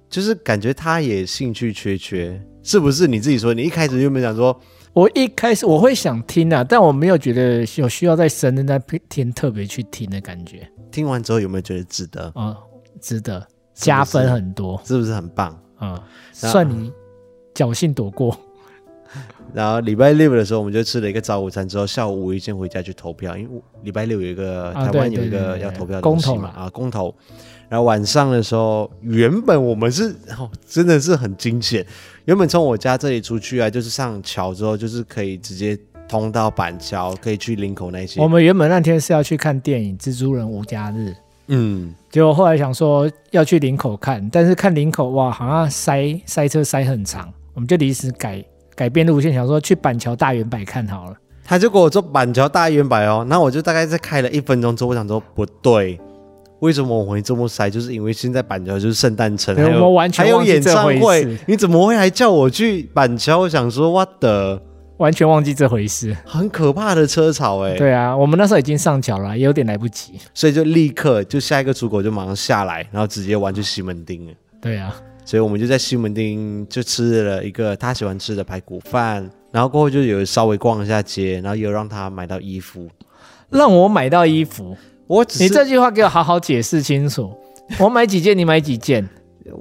[SPEAKER 1] 就是感觉他也兴趣缺缺，是不是？你自己说，你一开始就没想说，
[SPEAKER 2] 我一开始我会想听啊，但我没有觉得有需要在生日那天特别去听的感觉
[SPEAKER 1] 听完之后有没有觉得值得？
[SPEAKER 2] 啊、值得加分很多
[SPEAKER 1] 是不是很棒？
[SPEAKER 2] 啊、
[SPEAKER 1] 那
[SPEAKER 2] 算你侥幸躲过。
[SPEAKER 1] 然后礼拜六的时候，我们就吃了一个早午餐，之后下午五一先回家去投票，因为我礼拜六有一个、
[SPEAKER 2] 啊
[SPEAKER 1] 台湾
[SPEAKER 2] 对
[SPEAKER 1] 有一
[SPEAKER 2] 对
[SPEAKER 1] 个
[SPEAKER 2] 对对
[SPEAKER 1] 要投票的
[SPEAKER 2] 公
[SPEAKER 1] 东西
[SPEAKER 2] 投
[SPEAKER 1] 嘛
[SPEAKER 2] 嘛
[SPEAKER 1] 啊公投。然后晚上的时候，原本我们是、 [LAUGHS] 哦、真的是很惊险，原本从我家这里出去啊，就是上桥之后就是可以直接通到板桥，可以去林口那些
[SPEAKER 2] 我。们原本那天是要去看电影《蜘蛛人无家日》，
[SPEAKER 1] 嗯，
[SPEAKER 2] 结果后来想说要去林口看，但是看林口哇，好像塞塞车塞很长，我们就临时改改变路线，想说去板桥大圆柏看好了。
[SPEAKER 1] 他就跟我说板桥大圆柏哦，那我就大概再开了一分钟之后，我想说不对，为什么我会这么塞？就是因为现在板桥就是圣诞城，
[SPEAKER 2] 对
[SPEAKER 1] 还有
[SPEAKER 2] 我们完全
[SPEAKER 1] 还有
[SPEAKER 2] 忘记
[SPEAKER 1] 演唱
[SPEAKER 2] 这回
[SPEAKER 1] 会
[SPEAKER 2] 事，
[SPEAKER 1] 你怎么会还叫我去板桥？我想说我的
[SPEAKER 2] 完全忘记这回事。
[SPEAKER 1] 很可怕的车潮哎、
[SPEAKER 2] 对啊，我们那时候已经上桥了，也有点来不及。
[SPEAKER 1] 所以就立刻就下一个出口就马上下来，然后直接玩去西门町了。
[SPEAKER 2] 对啊，
[SPEAKER 1] 所以我们就在西门町就吃了一个他喜欢吃的排骨饭，然后过后就有稍微逛一下街，然后有让他买到衣服。
[SPEAKER 2] 让我买到衣服。
[SPEAKER 1] 我只是
[SPEAKER 2] 你这句话给我好好解释
[SPEAKER 1] [LAUGHS]
[SPEAKER 2] 清楚。我买几件，你买几件，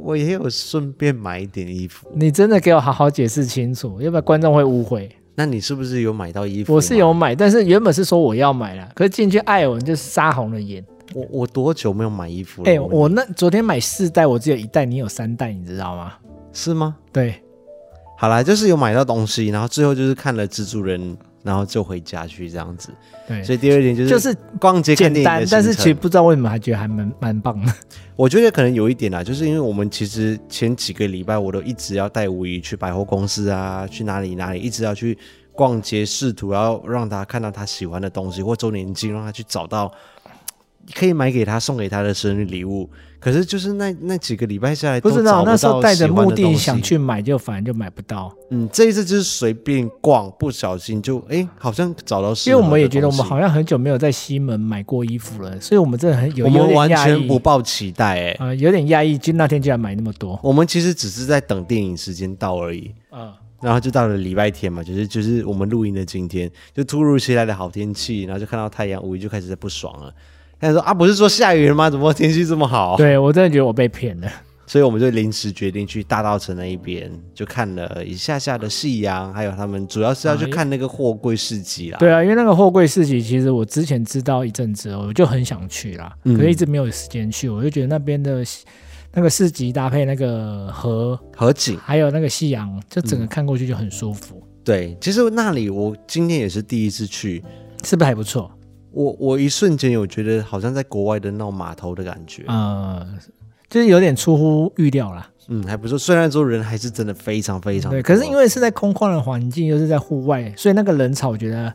[SPEAKER 1] 我也有顺便买一点衣服。
[SPEAKER 2] 你真的给我好好解释清楚，要不然观众会误会。
[SPEAKER 1] 那你是不是有买到衣服？
[SPEAKER 2] 我是，有买，但是原本是说我要买啦，可是进去艾文就是杀红了眼。
[SPEAKER 1] 我我多久没有买衣服了？
[SPEAKER 2] 哎、
[SPEAKER 1] 问
[SPEAKER 2] 我那昨天买四袋，我只有一袋，你有三袋，你知道吗？
[SPEAKER 1] 是吗？
[SPEAKER 2] 对，
[SPEAKER 1] 好啦，就是有买到东西，然后最后就是看了蜘蛛人，然后就回家去这样子。
[SPEAKER 2] 对
[SPEAKER 1] 所以第二天就是
[SPEAKER 2] 哎就是
[SPEAKER 1] 逛街看
[SPEAKER 2] 简
[SPEAKER 1] 电影
[SPEAKER 2] 单
[SPEAKER 1] 的，行
[SPEAKER 2] 但是
[SPEAKER 1] 程
[SPEAKER 2] 其实不知道为什么还觉得还蛮蛮棒的。
[SPEAKER 1] 我觉得可能有一点啦，就是因为我们其实前几个礼拜我都一直要带吴怡去百货公司啊，去哪里哪里，一直要去逛街，试图要让他看到他喜欢的东西或周年庆，让他去找到可以买给他送给他的生日礼物。可是就是那那几个礼拜下来
[SPEAKER 2] 不
[SPEAKER 1] [LAUGHS] 都
[SPEAKER 2] 知
[SPEAKER 1] 找
[SPEAKER 2] 道
[SPEAKER 1] 不
[SPEAKER 2] 那时候
[SPEAKER 1] 到
[SPEAKER 2] 带着
[SPEAKER 1] 喜欢
[SPEAKER 2] 目
[SPEAKER 1] 的东
[SPEAKER 2] 的
[SPEAKER 1] 西
[SPEAKER 2] 想，去买，就反而就买不到，
[SPEAKER 1] 嗯，这一次就是随便逛，不小心就哎、好像找到适
[SPEAKER 2] 因
[SPEAKER 1] 合的东西，
[SPEAKER 2] 为我们也觉得我们好像很久没有在西门买过衣服了，所以我们真的很有
[SPEAKER 1] 我
[SPEAKER 2] 有
[SPEAKER 1] 们
[SPEAKER 2] 点
[SPEAKER 1] 完
[SPEAKER 2] 压抑
[SPEAKER 1] 全不抱期待哎、
[SPEAKER 2] 呃，有点压抑，就那天竟然买那么多。
[SPEAKER 1] 我们其实只是在等电影时间到而已。
[SPEAKER 2] 嗯，
[SPEAKER 1] 然后就到了礼拜天嘛，就是就是我们录音的今天，就突如其来的好天气，然后就看到太阳，五一就开始在不爽了。他就说啊，不是说下雨了吗？怎么天气这么好？
[SPEAKER 2] 对我真的觉得我被骗了。
[SPEAKER 1] 所以我们就临时决定去大稻城那一边，就看了一下下的夕阳，还有他们主要是要去看那个货柜市集啦。
[SPEAKER 2] 哎对啊，因为那个货柜市集，其实我之前知道一阵子，我就很想去啦，
[SPEAKER 1] 嗯
[SPEAKER 2] 可是一直没有时间去。我就觉得那边的那个市集搭配那个河，
[SPEAKER 1] 河景
[SPEAKER 2] 还有那个夕阳，就整个
[SPEAKER 1] 嗯
[SPEAKER 2] 看过去就很舒服，
[SPEAKER 1] 对，其实那里我今天也是第一次去，
[SPEAKER 2] 是不是还不错？
[SPEAKER 1] 我我一瞬间有觉得好像在国外的那种码头的感觉，
[SPEAKER 2] 呃，就是有点出乎预料啦。
[SPEAKER 1] 嗯，还不错。虽然说人还是真的非常非常
[SPEAKER 2] 对，
[SPEAKER 1] 多，
[SPEAKER 2] 可是因为是在空旷的环境，又是在户外，所以那个人潮我觉得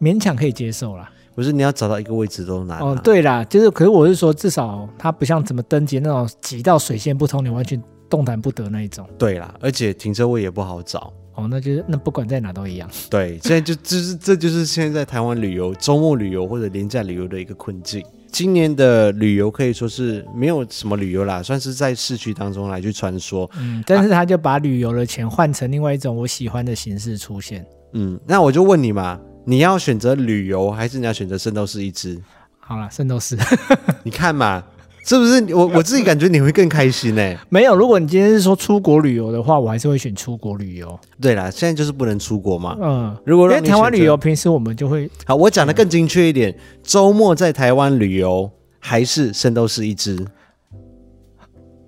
[SPEAKER 2] 勉强可以接受啦。
[SPEAKER 1] 不是你要找到一个位置都难、啊。
[SPEAKER 2] 哦，，对啦，就是，可是我是说，至少它不像怎么登记那种挤到水泄不通，你完全动弹不得那一种。
[SPEAKER 1] 对啦，而且停车位也不好找。
[SPEAKER 2] 哦，那就是那不管在哪都
[SPEAKER 1] [LAUGHS]
[SPEAKER 2] 一样。
[SPEAKER 1] 对，现在就就是这就是现在台湾旅游周末旅游或者廉价旅游的一个困境。今年的旅游可以说是没有什么旅游啦，算是在市区当中来去穿梭。
[SPEAKER 2] 嗯，但是他就把旅游的钱换成另外一种我喜欢的形式出现。
[SPEAKER 1] 嗯，那我就问你嘛，你要选择旅游还是你要选择圣斗士一只？
[SPEAKER 2] 好了，圣斗士 [LAUGHS]
[SPEAKER 1] 你看嘛，是不是我我自己感觉你会更开心呢、
[SPEAKER 2] 没有。如果你今天是说出国旅游的话，我还是会选出国旅游。
[SPEAKER 1] 对啦，现在就是不能出国嘛。
[SPEAKER 2] 嗯，
[SPEAKER 1] 如果
[SPEAKER 2] 因
[SPEAKER 1] 让
[SPEAKER 2] 为
[SPEAKER 1] 你
[SPEAKER 2] 台湾
[SPEAKER 1] 选择
[SPEAKER 2] 旅游，平时我们就会
[SPEAKER 1] 好，我讲的更精确一点，周末在台湾旅游还是圣斗士一只？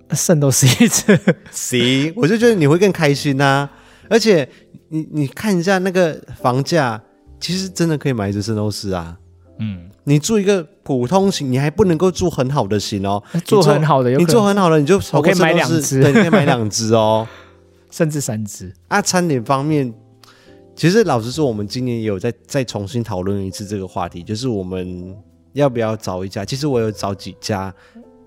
[SPEAKER 2] 呃圣斗士
[SPEAKER 1] [LAUGHS]
[SPEAKER 2] 一直
[SPEAKER 1] 行，我就觉得你会更开心呐、而且你你看一下那个房价，其实真的可以买一只圣斗士啊。
[SPEAKER 2] 嗯，
[SPEAKER 1] 你住一个普通型，你还不能够住很好的型哦。你
[SPEAKER 2] 做很好的有可
[SPEAKER 1] 你
[SPEAKER 2] 能
[SPEAKER 1] 做很好的，你就
[SPEAKER 2] 我可以
[SPEAKER 1] 超过圣
[SPEAKER 2] 买
[SPEAKER 1] 斗士
[SPEAKER 2] 两只
[SPEAKER 1] 对，你可以买两只哦。
[SPEAKER 2] 甚至三只。
[SPEAKER 1] 啊，餐点方面，其实老实说，我们今年也有再再重新讨论一次这个话题，就是我们要不要找一家？其实我有找几家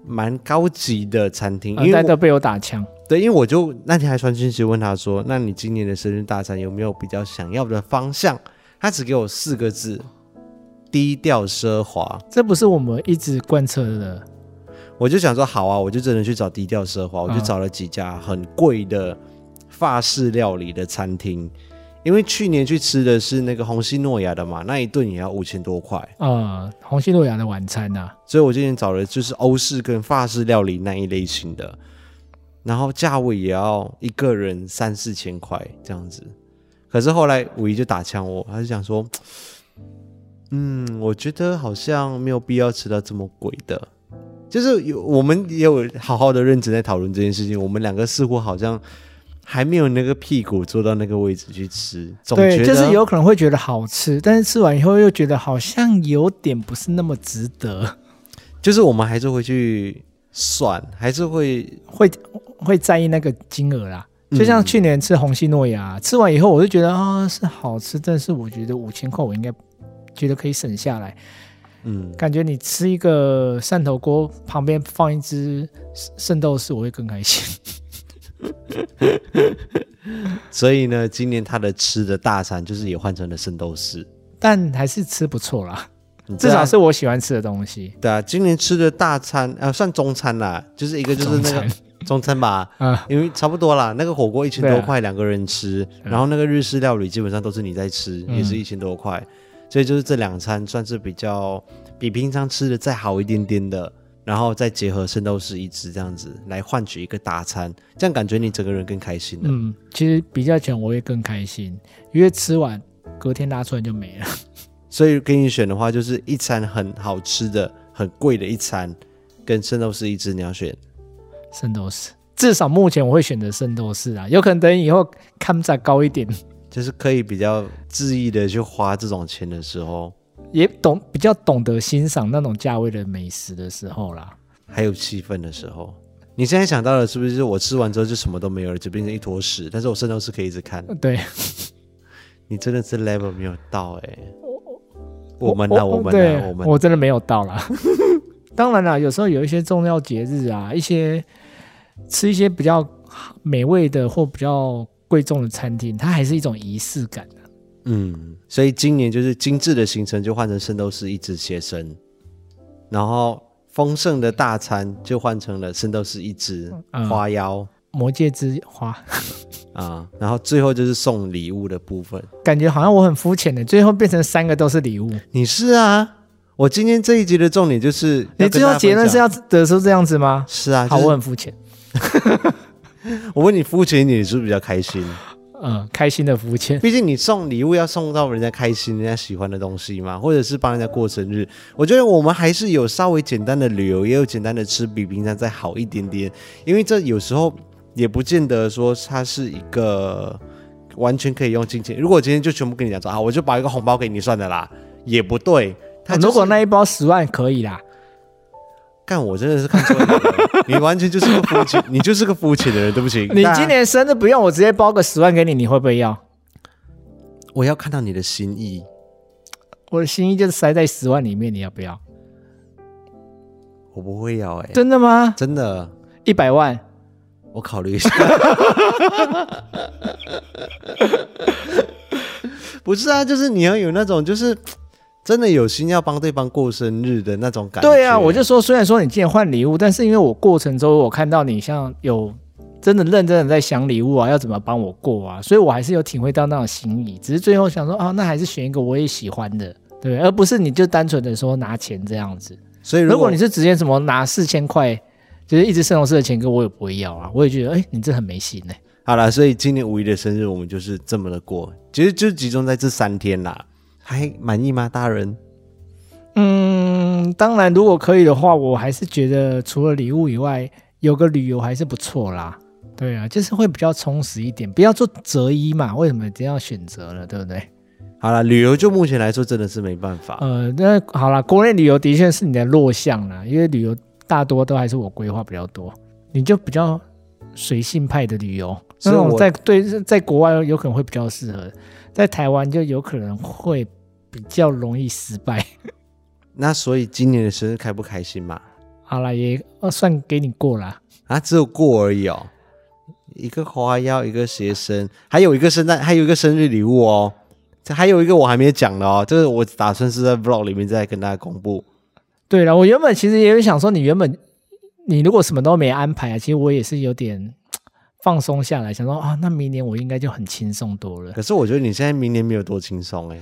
[SPEAKER 1] 蛮高级的餐厅，
[SPEAKER 2] 呃
[SPEAKER 1] 因为
[SPEAKER 2] 但
[SPEAKER 1] 我
[SPEAKER 2] 都被我打枪。
[SPEAKER 1] 对，因为我就那天还传讯息问他说：“那你今年的生日大餐有没有比较想要的方向？”他只给我四个字：低调奢华。
[SPEAKER 2] 这不是我们一直贯彻的，
[SPEAKER 1] 我就想说，好啊，我就真的去找低调奢华，我就
[SPEAKER 2] 嗯
[SPEAKER 1] 找了几家很贵的法式料理的餐厅。因为去年去吃的是那个红西诺亚的嘛，那一顿也要五千多块，
[SPEAKER 2] 呃，红星诺亚的晚餐呐、
[SPEAKER 1] 所以我今年找的就是欧式跟法式料理那一类型的，然后价位也要一个人三四千块这样子。可是后来五一就打枪我，他就想说，嗯，我觉得好像没有必要吃到这么贵的。就是有我们也有好好的认真在讨论这件事情，我们两个似乎好像还没有那个屁股坐到那个位置去吃，总觉
[SPEAKER 2] 对，
[SPEAKER 1] 得
[SPEAKER 2] 就是有可能会觉得好吃，但是吃完以后又觉得好像有点不是那么值得，
[SPEAKER 1] 就是我们还是会去算，还是会
[SPEAKER 2] 会会在意那个金额啦。
[SPEAKER 1] 嗯
[SPEAKER 2] 就像去年吃红星诺亚，吃完以后我就觉得啊、是好吃，但是我觉得五千块我应该觉得可以省下来。
[SPEAKER 1] 嗯
[SPEAKER 2] 感觉你吃一个汕头锅，旁边放一只圣斗士，我会更开心。 [LAUGHS]
[SPEAKER 1] 所以呢，今年他的吃的大餐就是也换成了圣斗士，
[SPEAKER 2] 但还是吃不错啦，
[SPEAKER 1] 你知
[SPEAKER 2] 至
[SPEAKER 1] 道
[SPEAKER 2] 少是我喜欢吃的东西。
[SPEAKER 1] 对啊。今年吃的大餐啊、呃算中餐啦，就是一个就是那个
[SPEAKER 2] 中餐
[SPEAKER 1] [LAUGHS] 中餐吧，
[SPEAKER 2] 啊
[SPEAKER 1] 因为差不多啦。那个火锅一千
[SPEAKER 2] 对啊
[SPEAKER 1] 多块两个人吃，
[SPEAKER 2] 嗯
[SPEAKER 1] 然后那个日式料理基本上都是你在吃，也是一千多块，所以就是这两餐算是比较比平常吃的再好一点点的。然后再结合圣斗士一只这样子来换取一个大餐，这样感觉你整个人更开心了。
[SPEAKER 2] 嗯，其实比较起来我会更开心，因为吃完隔天拉出来就没了。 [LAUGHS]
[SPEAKER 1] 所以给你选的话，就是一餐很好吃的、很贵的一餐，跟圣斗士一只，你要选。
[SPEAKER 2] 圣斗士，至少目前我会选择圣斗士啊，有可能等以后看再高一点，
[SPEAKER 1] 就是可以比较恣意的去花这种钱的时候，
[SPEAKER 2] 也懂比较懂得欣赏那种价位的美食的时候啦。
[SPEAKER 1] 还有气氛的时候。你现在想到的是不是我吃完之后就什么都没有了，就变成一坨屎？但是我圣斗士可以一直看。
[SPEAKER 2] 对，
[SPEAKER 1] 你真的是 level 没有到哎、我们呢、我们呢、
[SPEAKER 2] 对
[SPEAKER 1] 我们啊
[SPEAKER 2] 我真的没有到啦。 [LAUGHS] 当然啦，有时候有一些重要节日啊，一些吃一些比较美味的或比较贵重的餐厅，它还是一种仪式感啊、
[SPEAKER 1] 嗯，所以今年就是精致的行程就换成圣斗士一只写生，然后丰盛的大餐就换成了圣斗士一只、
[SPEAKER 2] 嗯
[SPEAKER 1] 花妖
[SPEAKER 2] 魔戒之花。
[SPEAKER 1] 啊，然后最后就是送礼物的部分。
[SPEAKER 2] 感觉好像我很肤浅的，最后变成三个都是礼物。
[SPEAKER 1] 你是啊，我今天这一集的重点就是要
[SPEAKER 2] 你
[SPEAKER 1] 跟
[SPEAKER 2] 最
[SPEAKER 1] 大
[SPEAKER 2] 后
[SPEAKER 1] 家
[SPEAKER 2] 结论
[SPEAKER 1] 分
[SPEAKER 2] 是
[SPEAKER 1] 享
[SPEAKER 2] 要得出这样子吗？
[SPEAKER 1] 是啊，
[SPEAKER 2] 好，
[SPEAKER 1] 就是
[SPEAKER 2] 我很肤浅。
[SPEAKER 1] 我问你肤浅一点，你是不是比较开心？
[SPEAKER 2] 嗯，开心的浮
[SPEAKER 1] [LAUGHS]
[SPEAKER 2] 潜，
[SPEAKER 1] 毕竟你送礼物要送到人家开心、人家喜欢的东西嘛，或者是帮人家过生日。我觉得我们还是有稍微简单的旅游，也有简单的吃，比平常再好一点点。因为这有时候也不见得说它是一个完全可以用金钱。如果我今天就全部跟你讲说啊，我就把一个红包给你算的啦，也不对。他就是
[SPEAKER 2] 哦如果那一包十万可以啦，
[SPEAKER 1] 干我真的是看错人了，你完全就是个肤浅， [LAUGHS] 你就是个肤浅的人，对不起。
[SPEAKER 2] 你
[SPEAKER 1] 大家
[SPEAKER 2] 今年生日不用，我直接包个十万给你，你会不会要？
[SPEAKER 1] 我要看到你的心意。
[SPEAKER 2] 我的心意就是塞在十万里面，你要不要？
[SPEAKER 1] 我不会要哎、欸，
[SPEAKER 2] 真的吗？
[SPEAKER 1] 真的，
[SPEAKER 2] 一百万，
[SPEAKER 1] 我考虑一
[SPEAKER 2] [LAUGHS]
[SPEAKER 1] 下。不是啊，就是你要有那种，就是真的有心要帮对方过生日的那种感觉。
[SPEAKER 2] 对啊，我就说，虽然说你今年换礼物，但是因为我过程中我看到你像有真的认真的在想礼物啊，要怎么帮我过啊，所以我还是有体会到那种心意。只是最后想说，啊，那还是选一个我也喜欢的，对不对，而不是你就单纯的说拿钱这样子。
[SPEAKER 1] 所以
[SPEAKER 2] 如
[SPEAKER 1] 如
[SPEAKER 2] 果
[SPEAKER 1] 果
[SPEAKER 2] 你
[SPEAKER 1] 你
[SPEAKER 2] 是直接什么拿四千块，就是一直圣斗士的钱给我，我也不会要啊，我也觉得，哎、你这很没心呢、
[SPEAKER 1] 好了，所以今年五一的生日我们就是这么的过，其实就集中在这三天啦。还满意吗，大人？
[SPEAKER 2] 嗯，当然，如果可以的话，我还是觉得除了礼物以外，有个旅游还是不错啦。对啊，就是会比较充实一点，不要做择一嘛。为什么一定要选择了，对不对？
[SPEAKER 1] 好了，旅游就目前来说真的是没办法。
[SPEAKER 2] 呃，那好啦，国内旅游的确是你的弱项啦，因为旅游大多都还是我规划比较多，你就比较随性派的旅游，
[SPEAKER 1] 所
[SPEAKER 2] 那
[SPEAKER 1] 以我
[SPEAKER 2] 种在对在国外有可能会比较适合，在台湾就有可能会比较容易失败。
[SPEAKER 1] 那所以今年的生日开不开心嘛？
[SPEAKER 2] 好啦，也呃算给你过啦。
[SPEAKER 1] 啊，只有过而已哦。一个花腰，一个学生，还有一个圣诞，还有一个生日礼物哦。这还有一个我还没讲的哦，这个我打算是在 vlog 里面再跟大家公布。
[SPEAKER 2] 对了，我原本其实也有想说，你原本你如果什么都没安排啊，其实我也是有点放松下来，想说啊，那明年我应该就很轻松多了。
[SPEAKER 1] 可是我觉得你现在明年没有多轻松哎。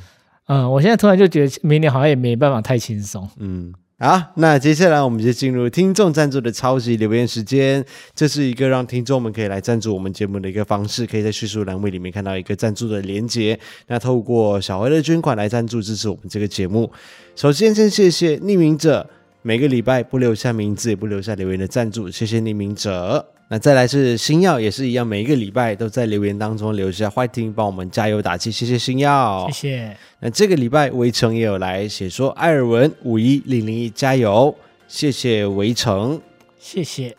[SPEAKER 2] 嗯，我现在突然就觉得明年好像也没办法太轻松。
[SPEAKER 1] 嗯，好，那接下来我们就进入听众赞助的超级留言时间。这是一个让听众们可以来赞助我们节目的一个方式，可以在叙述栏位里面看到一个赞助的连接。那透过小额的捐款来赞助支持我们这个节目。首先，先谢谢匿名者，每个礼拜不留下名字也不留下留言的赞助，谢谢匿名者。那再来是星耀，也是一样，每一个礼拜都在留言当中留下坏听，帮我们加油打气，谢谢星耀，
[SPEAKER 2] 谢谢，
[SPEAKER 1] 那这个礼拜围城也有来写说，艾尔文五一零零一加油，谢谢围城。
[SPEAKER 2] 谢谢。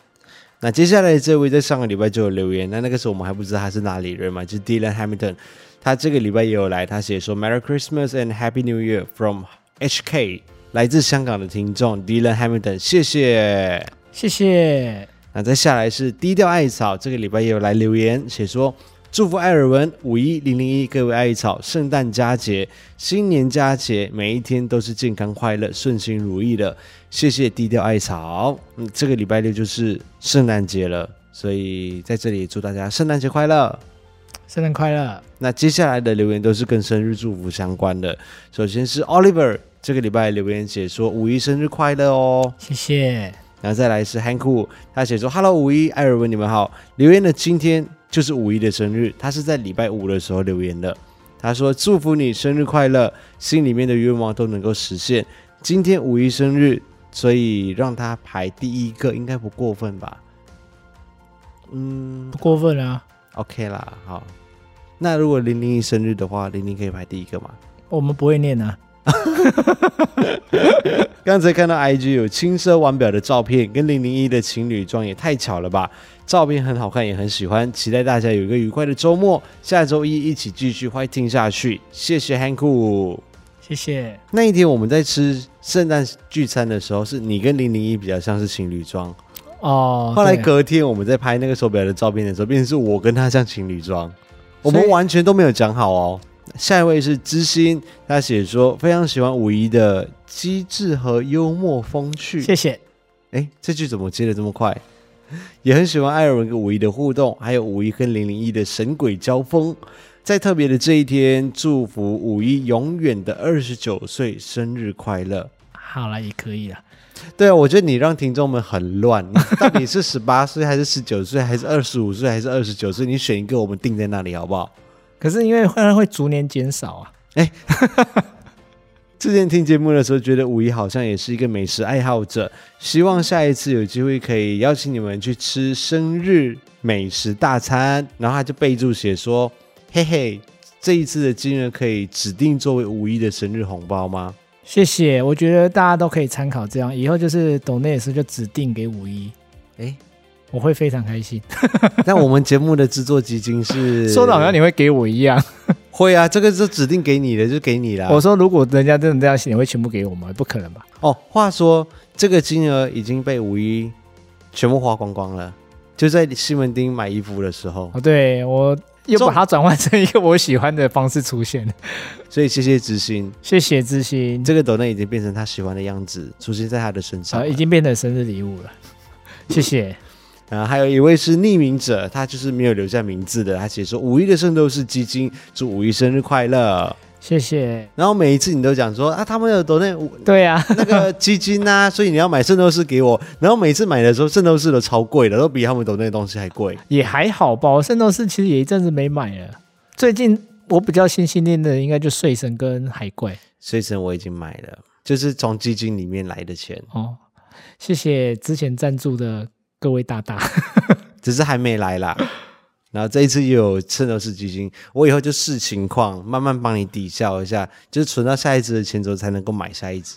[SPEAKER 1] 那接下来这位在上个礼拜就有留言，那那个时候我们还不知道他是哪里人嘛，就是 Dylan Hamilton，他这个礼拜也有来，他写说 Merry Christmas and Happy New Year from HK，来自香港的听众 Dylan Hamilton，谢谢。
[SPEAKER 2] 谢谢，
[SPEAKER 1] 那再下来是低调艾草，这个礼拜也有来留言写说，祝福艾尔文五一零零一各位艾草，圣诞佳节、新年佳节，每一天都是健康快乐、顺心如意的。谢谢低调艾草。嗯，这个礼拜六就是圣诞节了，所以在这里祝大家圣诞节快乐。
[SPEAKER 2] 圣诞快乐！
[SPEAKER 1] 那接下来的留言都是跟生日祝福相关的。首先是 Oliver，这个礼拜留言写说五一生日快乐哦。
[SPEAKER 2] 谢谢，
[SPEAKER 1] 然后再来是 Hanku，他写说：“Hello 五一，艾尔文，你们好。留言的今天就是五一的生日，他是在礼拜五的时候留言的。他说：祝福你生日快乐，心里面的愿望都能够实现。今天五一生日，所以让他排第一个应该不过分吧？嗯
[SPEAKER 2] 不过分啊，
[SPEAKER 1] ，OK 啦，好。那如果零零一生日的话，零零可以排第一个吗？
[SPEAKER 2] 我们不会念啊。
[SPEAKER 1] 刚才看到 IG 有轻奢腕表的照片，跟零零一的情侣装也太巧了吧！照片很好看，也很喜欢，期待大家有一个愉快的周末。下周一一起继续 fighting 下去，谢谢 Hanku。
[SPEAKER 2] 谢谢，
[SPEAKER 1] 那一天我们在吃圣诞聚餐的时候，是你跟零零一比较像是情侣装。
[SPEAKER 2] 哦，
[SPEAKER 1] 后来
[SPEAKER 2] 对
[SPEAKER 1] 隔天我们在拍那个手表的照片的时候，变成是我跟他像情侣装，我
[SPEAKER 2] 所
[SPEAKER 1] 们
[SPEAKER 2] 以
[SPEAKER 1] 完全都没有讲好哦。下一位是知心，他写说非常喜欢五一的机智和幽默风趣。
[SPEAKER 2] 谢谢，
[SPEAKER 1] 哎，这句怎么接的这么快？也很喜欢艾尔文跟五一的互动，还有五一跟零零一的神鬼交锋。在特别的这一天，祝福五一永远的二十九岁生日快乐！
[SPEAKER 2] 好了，也可以啦。
[SPEAKER 1] 对啊，我觉得你让听众们很乱。你到底是十八岁还是十九岁，还是二十五岁，还是二十九岁？你选一个，我们定在那里好不好？
[SPEAKER 2] 可是因为会会逐年减少啊，
[SPEAKER 1] 之前听节目的时候，觉得五一好像也是一个美食爱好者，希望下一次有机会可以邀请你们去吃生日美食大餐。然后他就备注写说：“嘿嘿，这一次的金额可以指定作为五一的生日红包
[SPEAKER 2] [LAUGHS]
[SPEAKER 1] 吗
[SPEAKER 2] 谢谢。我觉得大家都可以参考这样，以后就是懂内的时候就指定给五一，？”
[SPEAKER 1] 哎，
[SPEAKER 2] 我会非常开心。
[SPEAKER 1] 但我们节目的制作基金是
[SPEAKER 2] 说的好像你会给我一样，
[SPEAKER 1] 会啊，这个是指定给你的，就给你啦。
[SPEAKER 2] 我说如果人家真的这样写，你会全部给我吗？不可能吧？
[SPEAKER 1] 哦，话说这个金额已经被五一全部花光光了，就在西门町买衣服的时候，
[SPEAKER 2] 哦，对我又把
[SPEAKER 1] 重
[SPEAKER 2] 它转换成一个我喜欢的方式出现。
[SPEAKER 1] 所以谢谢知心，
[SPEAKER 2] [LAUGHS] 谢谢知心，
[SPEAKER 1] 这个抖内已经变成他喜欢的样子，出现在他的身上
[SPEAKER 2] 啊，
[SPEAKER 1] 了。
[SPEAKER 2] 已经变成生日礼物了。谢谢，
[SPEAKER 1] 然后还有一位是匿名者，他就是没有留下名字的，他写说五一的圣斗士基金，祝五一生日快乐。
[SPEAKER 2] 谢谢。
[SPEAKER 1] 然后每一次你都讲说啊，他们有抖内五
[SPEAKER 2] 对啊，
[SPEAKER 1] 那个基金呐、所以你要买圣斗士给我。然后每次买的时候，圣斗士都超贵的，都比他们抖内的东西还贵。
[SPEAKER 2] 也还好吧。我圣斗士其实也一阵子没买了，最近我比较心心念念的应该就睡神跟海怪
[SPEAKER 1] 所以神我已经买了，就是从基金里面来的钱，
[SPEAKER 2] 哦。谢谢之前赞助的各位大 [LAUGHS] 大，
[SPEAKER 1] 只是还没来啦。然后这一次又有圣斗士基金，我以后就视情况慢慢帮你抵消一下，就是存到下一支的钱之后才能够买下一支。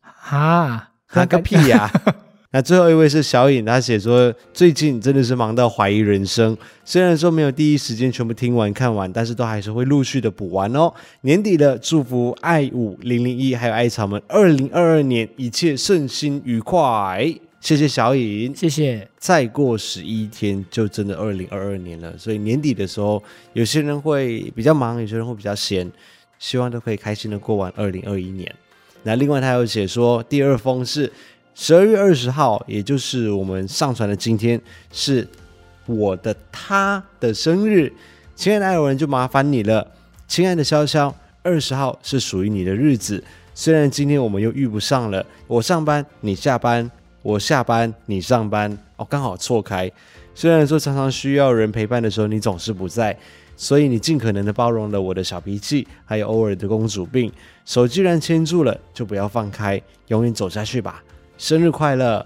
[SPEAKER 2] 哈，
[SPEAKER 1] 那个屁呀、那最后一位是小颖，她写说最近真的是忙到怀疑人生，虽然说没有第一时间全部听完看完，但是都还是会陆续的补完哦。年底了，祝福爱五零零一还有爱草们二零二二年一切顺心愉快。谢谢小颖，
[SPEAKER 2] 谢谢。
[SPEAKER 1] 再过十一天就真的二零二二年了，所以年底的时候，有些人会比较忙，有些人会比较闲，希望都可以开心的过完二零二一年。那另外他有写说，第二封是十二月二十号，也就是我们上传的今天，是我的他的生日，亲爱的爱人就麻烦你了，亲爱的潇潇，二十号是属于你的日子。虽然今天我们又遇不上了，我上班你下班，我下班你上班，哦，刚好错开。虽然说常常需要人陪伴的时候，你总是不在，所以你尽可能的包容了我的小脾气，还有偶尔的公主病。手既然牵住了，就不要放开，永远走下去吧。生日快乐！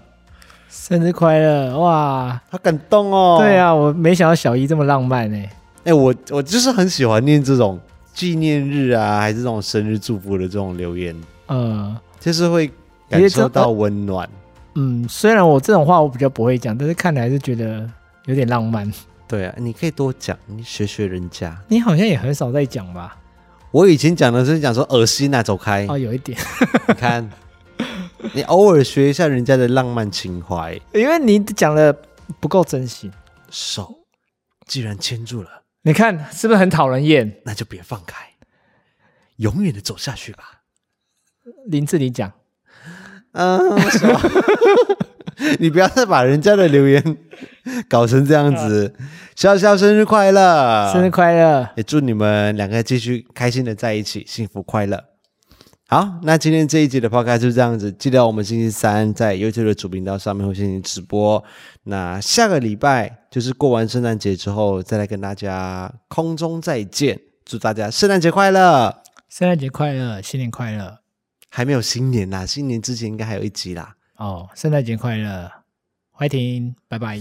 [SPEAKER 2] 生日快乐！哇，
[SPEAKER 1] 好感动哦。
[SPEAKER 2] 对，啊，我没想到小姨这么浪漫呢、欸
[SPEAKER 1] 哎、我我就是很喜欢念这种纪念日啊，还是这种生日祝福的这种留言，
[SPEAKER 2] 呃，
[SPEAKER 1] 就是会
[SPEAKER 2] 因
[SPEAKER 1] 感
[SPEAKER 2] 为这
[SPEAKER 1] 受到温暖。
[SPEAKER 2] 嗯，虽然我这种话我比较不会讲，但是看来还是觉得有点浪漫。
[SPEAKER 1] 对啊，你可以多讲，你学学人家。
[SPEAKER 2] 你好像也很少在讲吧？
[SPEAKER 1] 我以前讲的是讲说恶心啊，走开！
[SPEAKER 2] 哦，有一点， [LAUGHS]
[SPEAKER 1] 你看，你偶尔学一下人家的浪漫情怀。
[SPEAKER 2] 因为你讲的不够真心。
[SPEAKER 1] 手既然牵住了，
[SPEAKER 2] 你看是不是很讨人厌？
[SPEAKER 1] 那就别放开，永远的走下去吧。 [LAUGHS]
[SPEAKER 2] 林志玲讲，
[SPEAKER 1] 嗯，是吧你不要再把人家的留言搞成这样子。潇潇生日快乐！
[SPEAKER 2] 啊生日快乐！
[SPEAKER 1] 也祝你们两个继续开心的在一起，幸福快乐。好，那今天这一集的 podcast 就这样子。记得我们星期三在 YouTube 的主频道上面会进行直播。那下个礼拜就是过完圣诞节之后，再来跟大家空中再见。祝大家圣诞节快乐！
[SPEAKER 2] 圣诞节快乐，新年快乐！
[SPEAKER 1] 还没有新年啦，新年之前应该还有一集啦。
[SPEAKER 2] 哦，圣诞节快乐，怀婷，拜拜。